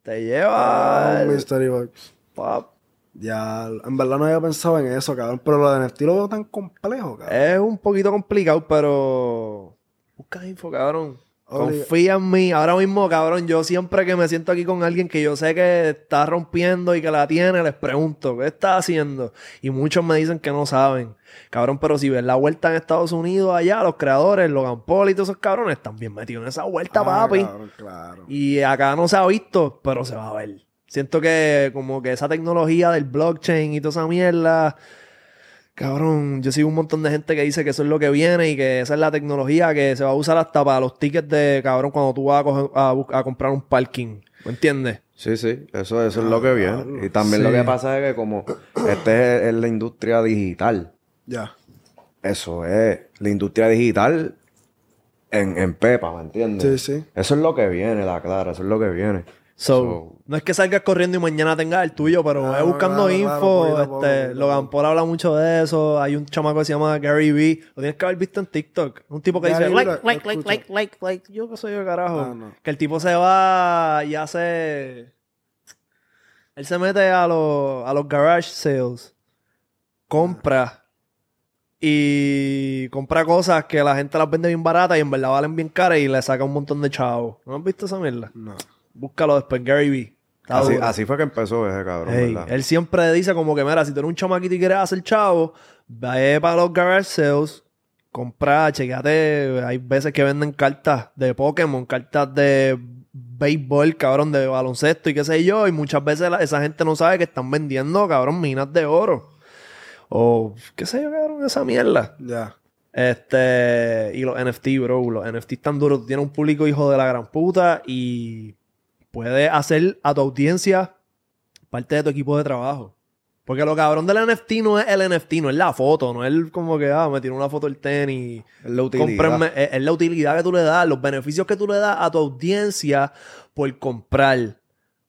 Speaker 2: te
Speaker 1: Ah,
Speaker 2: llevas.
Speaker 1: un
Speaker 2: el-
Speaker 1: mystery box.
Speaker 2: pap-
Speaker 1: Ya, en verdad no había pensado en eso, cabrón. Pero lo de NFT lo veo tan complejo, cabrón.
Speaker 2: Es un poquito complicado, pero. Busca info, cabrón.
Speaker 1: Obligado.
Speaker 2: Confía en mí. Ahora mismo, cabrón, yo siempre que me siento aquí con alguien que yo sé que está rompiendo y que la tiene, les pregunto, ¿qué está haciendo? Y muchos me dicen que no saben. Cabrón, pero si ves la vuelta en Estados Unidos allá, los creadores, Logan Paul y todos esos cabrones están bien metidos en esa vuelta,
Speaker 1: Ah,
Speaker 2: papi.
Speaker 1: Cabrón, claro.
Speaker 2: Y acá no se ha visto, pero se va a ver. Siento que como que esa tecnología del blockchain y toda esa mierda, cabrón, yo sigo un montón de gente que dice que eso es lo que viene y que esa es la tecnología que se va a usar hasta para los tickets de, cabrón, cuando tú vas a, coger- a bus- a comprar un parking. ¿Me entiendes?
Speaker 3: Sí, sí, eso, eso es lo que viene. Y también
Speaker 2: Sí.
Speaker 3: lo que pasa es que como este es, es la industria digital,
Speaker 1: Ya.
Speaker 3: eso es la industria digital en, en Pepa, ¿me entiendes?
Speaker 1: Sí, sí.
Speaker 3: Eso es lo que viene, la clara, eso es lo que viene.
Speaker 2: So,
Speaker 3: So-
Speaker 2: no es que salgas corriendo y mañana tengas el tuyo, pero
Speaker 1: Claro,
Speaker 2: es buscando
Speaker 1: claro, claro,
Speaker 2: info.
Speaker 1: poquito a poco,
Speaker 2: este,
Speaker 1: poquito a
Speaker 2: Logan
Speaker 1: poco.
Speaker 2: Paul habla mucho de eso. Hay un chamaco que se llama Gary Vee. Lo tienes que haber visto en TikTok. Un tipo que
Speaker 1: Gary
Speaker 2: dice,
Speaker 1: Vee
Speaker 2: like,
Speaker 1: lo- lo
Speaker 2: like, like,
Speaker 1: escucho.
Speaker 2: like, like, like. Yo que soy yo, carajo.
Speaker 1: Ah, no.
Speaker 2: Que el tipo se va y hace... Él se mete a los, a los garage sales. Compra. Y compra cosas que la gente las vende bien baratas y en verdad valen bien caras y le saca un montón de chavos. ¿No has visto esa mierda?
Speaker 1: No.
Speaker 2: Búscalo después, Gary B. Está
Speaker 3: Así,
Speaker 2: duro.
Speaker 3: así fue que empezó ese cabrón,
Speaker 2: Ey, eh,
Speaker 3: ¿verdad?
Speaker 2: él siempre dice como que, mira, si tú eres un chamaquito y quieres hacer chavo, ve para los garage sales, compra, chequeate. Hay veces que venden cartas de Pokémon, cartas de béisbol, cabrón, de baloncesto y qué sé yo. Y muchas veces la- esa gente no sabe que están vendiendo, cabrón, minas de oro. O qué sé yo, cabrón, esa mierda.
Speaker 1: Ya.
Speaker 2: Este, y los NFT, bro, los NFT están duros. Tú tienes un público hijo de la gran puta y puedes hacer a tu audiencia parte de tu equipo de trabajo. Porque lo cabrón del NFT no es el NFT, no es la foto, no es el como que, ah, me tiró una foto el tenis.
Speaker 3: Es la utilidad.
Speaker 2: Cómprenme, es, es la utilidad que tú le das, los beneficios que tú le das a tu audiencia por comprar.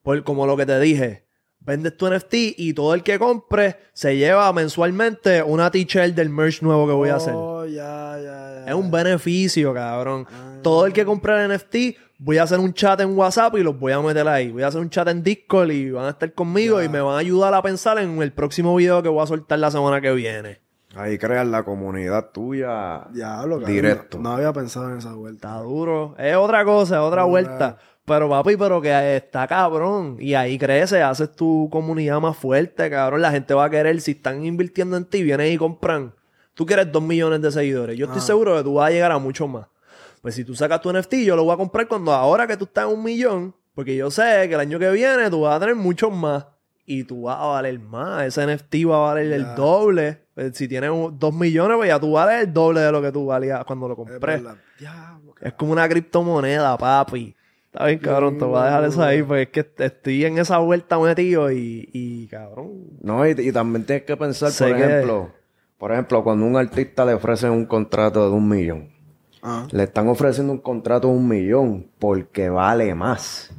Speaker 2: Por como lo que te dije, vendes tu NFT y todo el que compre se lleva mensualmente una t-shirt del merch nuevo que voy a hacer.
Speaker 1: Oh, ya, ya, ya.
Speaker 2: Es un beneficio, cabrón.
Speaker 1: Ah.
Speaker 2: Todo el que compra el NFT, voy a hacer un chat en WhatsApp y los voy a meter ahí. Voy a hacer un chat en Discord y van a estar conmigo y me van a ayudar a pensar en el próximo video que voy a soltar la semana que viene.
Speaker 3: Ahí creas la comunidad tuya.
Speaker 1: Diablo, cabrón.
Speaker 3: Directo.
Speaker 1: No, había pensado en esa vuelta.
Speaker 2: Está duro. Es otra cosa, es otra
Speaker 1: Dura.
Speaker 2: vuelta. Pero papi, pero que está cabrón. Y ahí crece, haces tu comunidad más fuerte, cabrón. La gente va a querer, si están invirtiendo en ti, vienen y compran. Tú quieres dos millones de seguidores. Yo
Speaker 1: Ah.
Speaker 2: estoy seguro que tú vas a llegar a mucho más. Pues si tú sacas tu NFT, yo lo voy a comprar cuando ahora que tú estás en un millón. Porque yo sé que el año que viene tú vas a tener muchos más. Y tú vas a valer más. Ese NFT va a valer el doble. Pues si tienes un- dos millones, pues ya tú vales el doble de lo que tú valías cuando lo
Speaker 1: Es
Speaker 2: compré.
Speaker 1: verdad. Diablo,
Speaker 2: Es
Speaker 1: cabrón.
Speaker 2: como una criptomoneda, papi. Está bien, cabrón, te voy a dejar eso ahí, porque es que est- estoy en esa vuelta metido y, y cabrón.
Speaker 3: No, y, y también tienes que pensar,
Speaker 2: Sé
Speaker 3: por
Speaker 2: que-
Speaker 3: ejemplo, por ejemplo, cuando un artista le ofrecen un contrato de un millón,
Speaker 1: Ah,
Speaker 3: le están ofreciendo un contrato de un millón porque vale más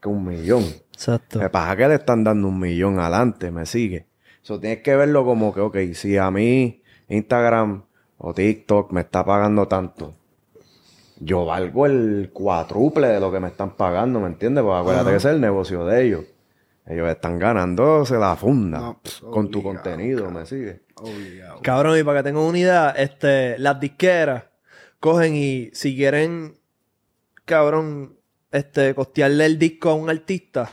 Speaker 3: que un millón.
Speaker 2: Exacto.
Speaker 3: Me pasa es que le están dando un millón adelante, me sigue. Eso tienes que verlo como que, ok, si a mí Instagram o TikTok me está pagando tanto, yo valgo el cuádruple de lo que me están pagando, ¿me entiendes? Porque acuérdate que ese es el negocio de ellos. Ellos están ganando, se la funda
Speaker 1: No, pff,
Speaker 3: con tu
Speaker 1: obligado,
Speaker 3: contenido,
Speaker 1: cabrón.
Speaker 3: ¿me sigue?
Speaker 1: obligado.
Speaker 2: Cabrón, y para que tengan una idea, este, las disqueras cogen y si quieren, cabrón, este, costearle el disco a un artista,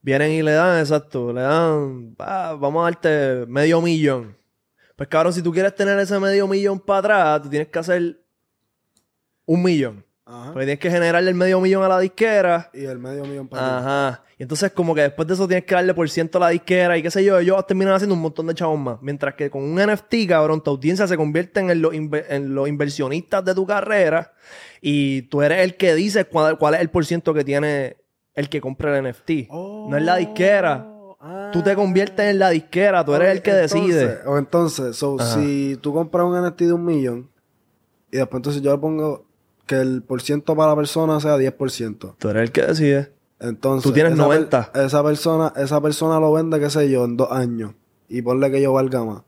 Speaker 2: vienen y le dan, exacto, le dan, ah, vamos a darte medio millón. Pues cabrón, si tú quieres tener ese medio millón para atrás, tú tienes que hacer un millón.
Speaker 1: Ajá.
Speaker 2: Porque Pues tienes que generarle el medio millón a la disquera.
Speaker 1: Y el medio millón para ti.
Speaker 2: Ajá. Y entonces, como que después de eso tienes que darle por ciento a la disquera y qué sé yo, ellos terminan haciendo un montón de chavos más. Mientras que con un NFT, cabrón, tu audiencia se convierte en los, inve- en los inversionistas de tu carrera y tú eres el que dice cuál, cuál es el por ciento que tiene el que compra el NFT.
Speaker 1: Oh.
Speaker 2: No es la disquera.
Speaker 1: Ah.
Speaker 2: Tú te conviertes en la disquera, tú eres el que
Speaker 1: Entonces-
Speaker 2: decide.
Speaker 1: O entonces, so,
Speaker 2: Ajá.
Speaker 1: si tú compras un NFT de un millón y después entonces yo le pongo que el por ciento para la persona sea 10%.
Speaker 2: Tú eres el que decide.
Speaker 1: Entonces,
Speaker 2: Tú tienes
Speaker 1: esa
Speaker 2: 90.
Speaker 1: per- esa persona, esa persona lo vende, qué sé yo, en dos años. Y ponle que yo valga más.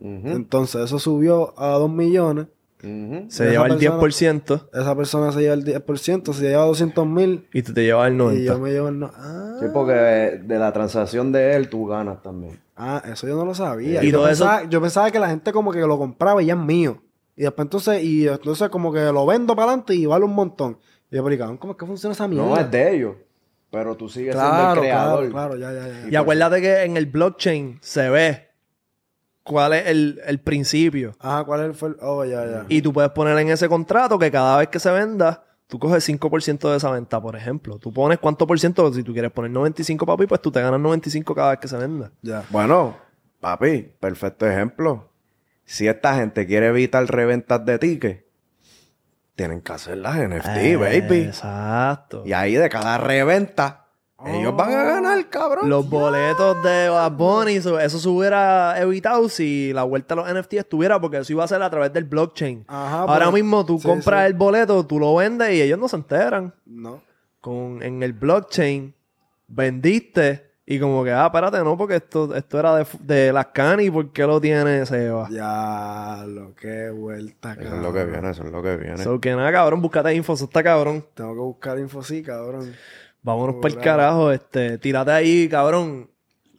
Speaker 2: Mm.
Speaker 1: Entonces, eso subió a 2 millones.
Speaker 2: Se
Speaker 1: Esa
Speaker 2: lleva el
Speaker 1: persona-
Speaker 2: 10%
Speaker 1: Esa persona se lleva el 10%, se lleva 200 mil.
Speaker 2: y tú te llevas el
Speaker 1: Y yo
Speaker 2: 90%.
Speaker 1: me llevo el... no- Ah,
Speaker 3: Sí, porque de la transacción de él tú ganas también.
Speaker 1: ah, eso yo no lo sabía.
Speaker 2: Y
Speaker 1: yo,
Speaker 2: todo eso-
Speaker 1: pensaba, yo pensaba que la gente como que lo compraba y ya es mío. Y después entonces, y entonces como que lo vendo para adelante y vale un montón. Y yo, pero cabrón, ¿cómo es que funciona esa mierda?
Speaker 3: No es de ellos, pero tú sigues siendo el
Speaker 1: claro,
Speaker 3: creador.
Speaker 1: claro, claro, ya, ya, ya.
Speaker 2: Y acuérdate que en el blockchain se ve cuál es el, el principio.
Speaker 1: Ajá, ¿cuál fue el...? Oh, ya, ya.
Speaker 2: Y tú puedes poner en ese contrato que cada vez que se venda, tú coges 5% de esa venta, por ejemplo. Tú pones cuánto por ciento, si tú quieres poner 95, papi, pues tú te ganas 95 cada vez que se venda.
Speaker 1: ya.
Speaker 3: Bueno, papi, perfecto ejemplo. Si esta gente quiere evitar reventas de tickets, tienen que hacer las NFT, baby.
Speaker 2: Eh, Exacto.
Speaker 3: Y ahí de cada reventa, ellos van a ganar, cabrón.
Speaker 2: Los boletos de Bad Bunny, eso, eso se hubiera evitado si la vuelta a los NFT estuviera, porque eso iba a ser a través del blockchain.
Speaker 1: Ajá,
Speaker 2: Ahora
Speaker 1: pues,
Speaker 2: mismo tú
Speaker 1: sí,
Speaker 2: compras
Speaker 1: sí.
Speaker 2: el boleto, tú lo vendes y ellos no se enteran.
Speaker 1: No.
Speaker 2: Con, en el blockchain vendiste y como que, ah, espérate, no, porque esto, esto era de, fu- de las canis, ¿por qué lo tiene Seba?
Speaker 1: Ya, lo que vuelta,
Speaker 3: Eso
Speaker 1: cabrón.
Speaker 3: es lo que viene, eso es lo que viene.
Speaker 2: So que nada, cabrón, búscate info, eso está cabrón.
Speaker 1: Tengo que buscar info sí, cabrón.
Speaker 2: Vámonos para el
Speaker 1: Claro.
Speaker 2: carajo, este, tírate ahí, cabrón.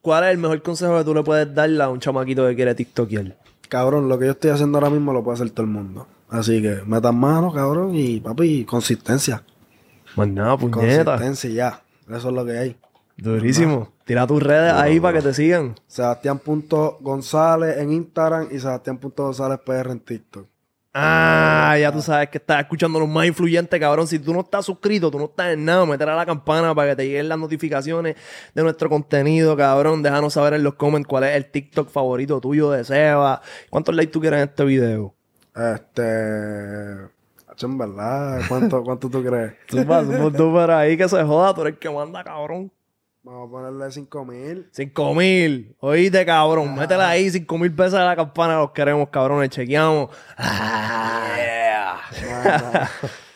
Speaker 2: ¿Cuál es el mejor consejo que tú le puedes darle a un chamaquito que quiere tiktokear?
Speaker 1: Cabrón, lo que yo estoy haciendo ahora mismo lo puede hacer todo el mundo. Así que metan mano, cabrón, y papi, consistencia.
Speaker 2: Más nada, puñeta.
Speaker 1: Consistencia y ya. Eso es lo que hay.
Speaker 2: Durísimo. Tira tus redes ahí para que te sigan.
Speaker 1: Sebastián.gonzález en Instagram y Sebastián.gonzález PR en TikTok.
Speaker 2: Ah, ya tú sabes que estás escuchando los más influyentes, cabrón. Si tú no estás suscrito, tú no estás en nada, meter a la campana para que te lleguen las notificaciones de nuestro contenido, cabrón. Déjanos saber en los comments cuál es el TikTok favorito tuyo de Seba. ¿Cuántos likes tú quieres en este video?
Speaker 1: Este. hacho, En verdad, ¿cuánto, cuánto tú crees?
Speaker 2: Tú vas, tú para ahí que se joda, tú eres el que manda, cabrón.
Speaker 1: Vamos a ponerle 5000.
Speaker 2: Cinco mil, oíste, cabrón. Métela ahí, cinco mil pesos a la campana, los queremos, cabrones. Chequeamos. Ah.
Speaker 1: mil.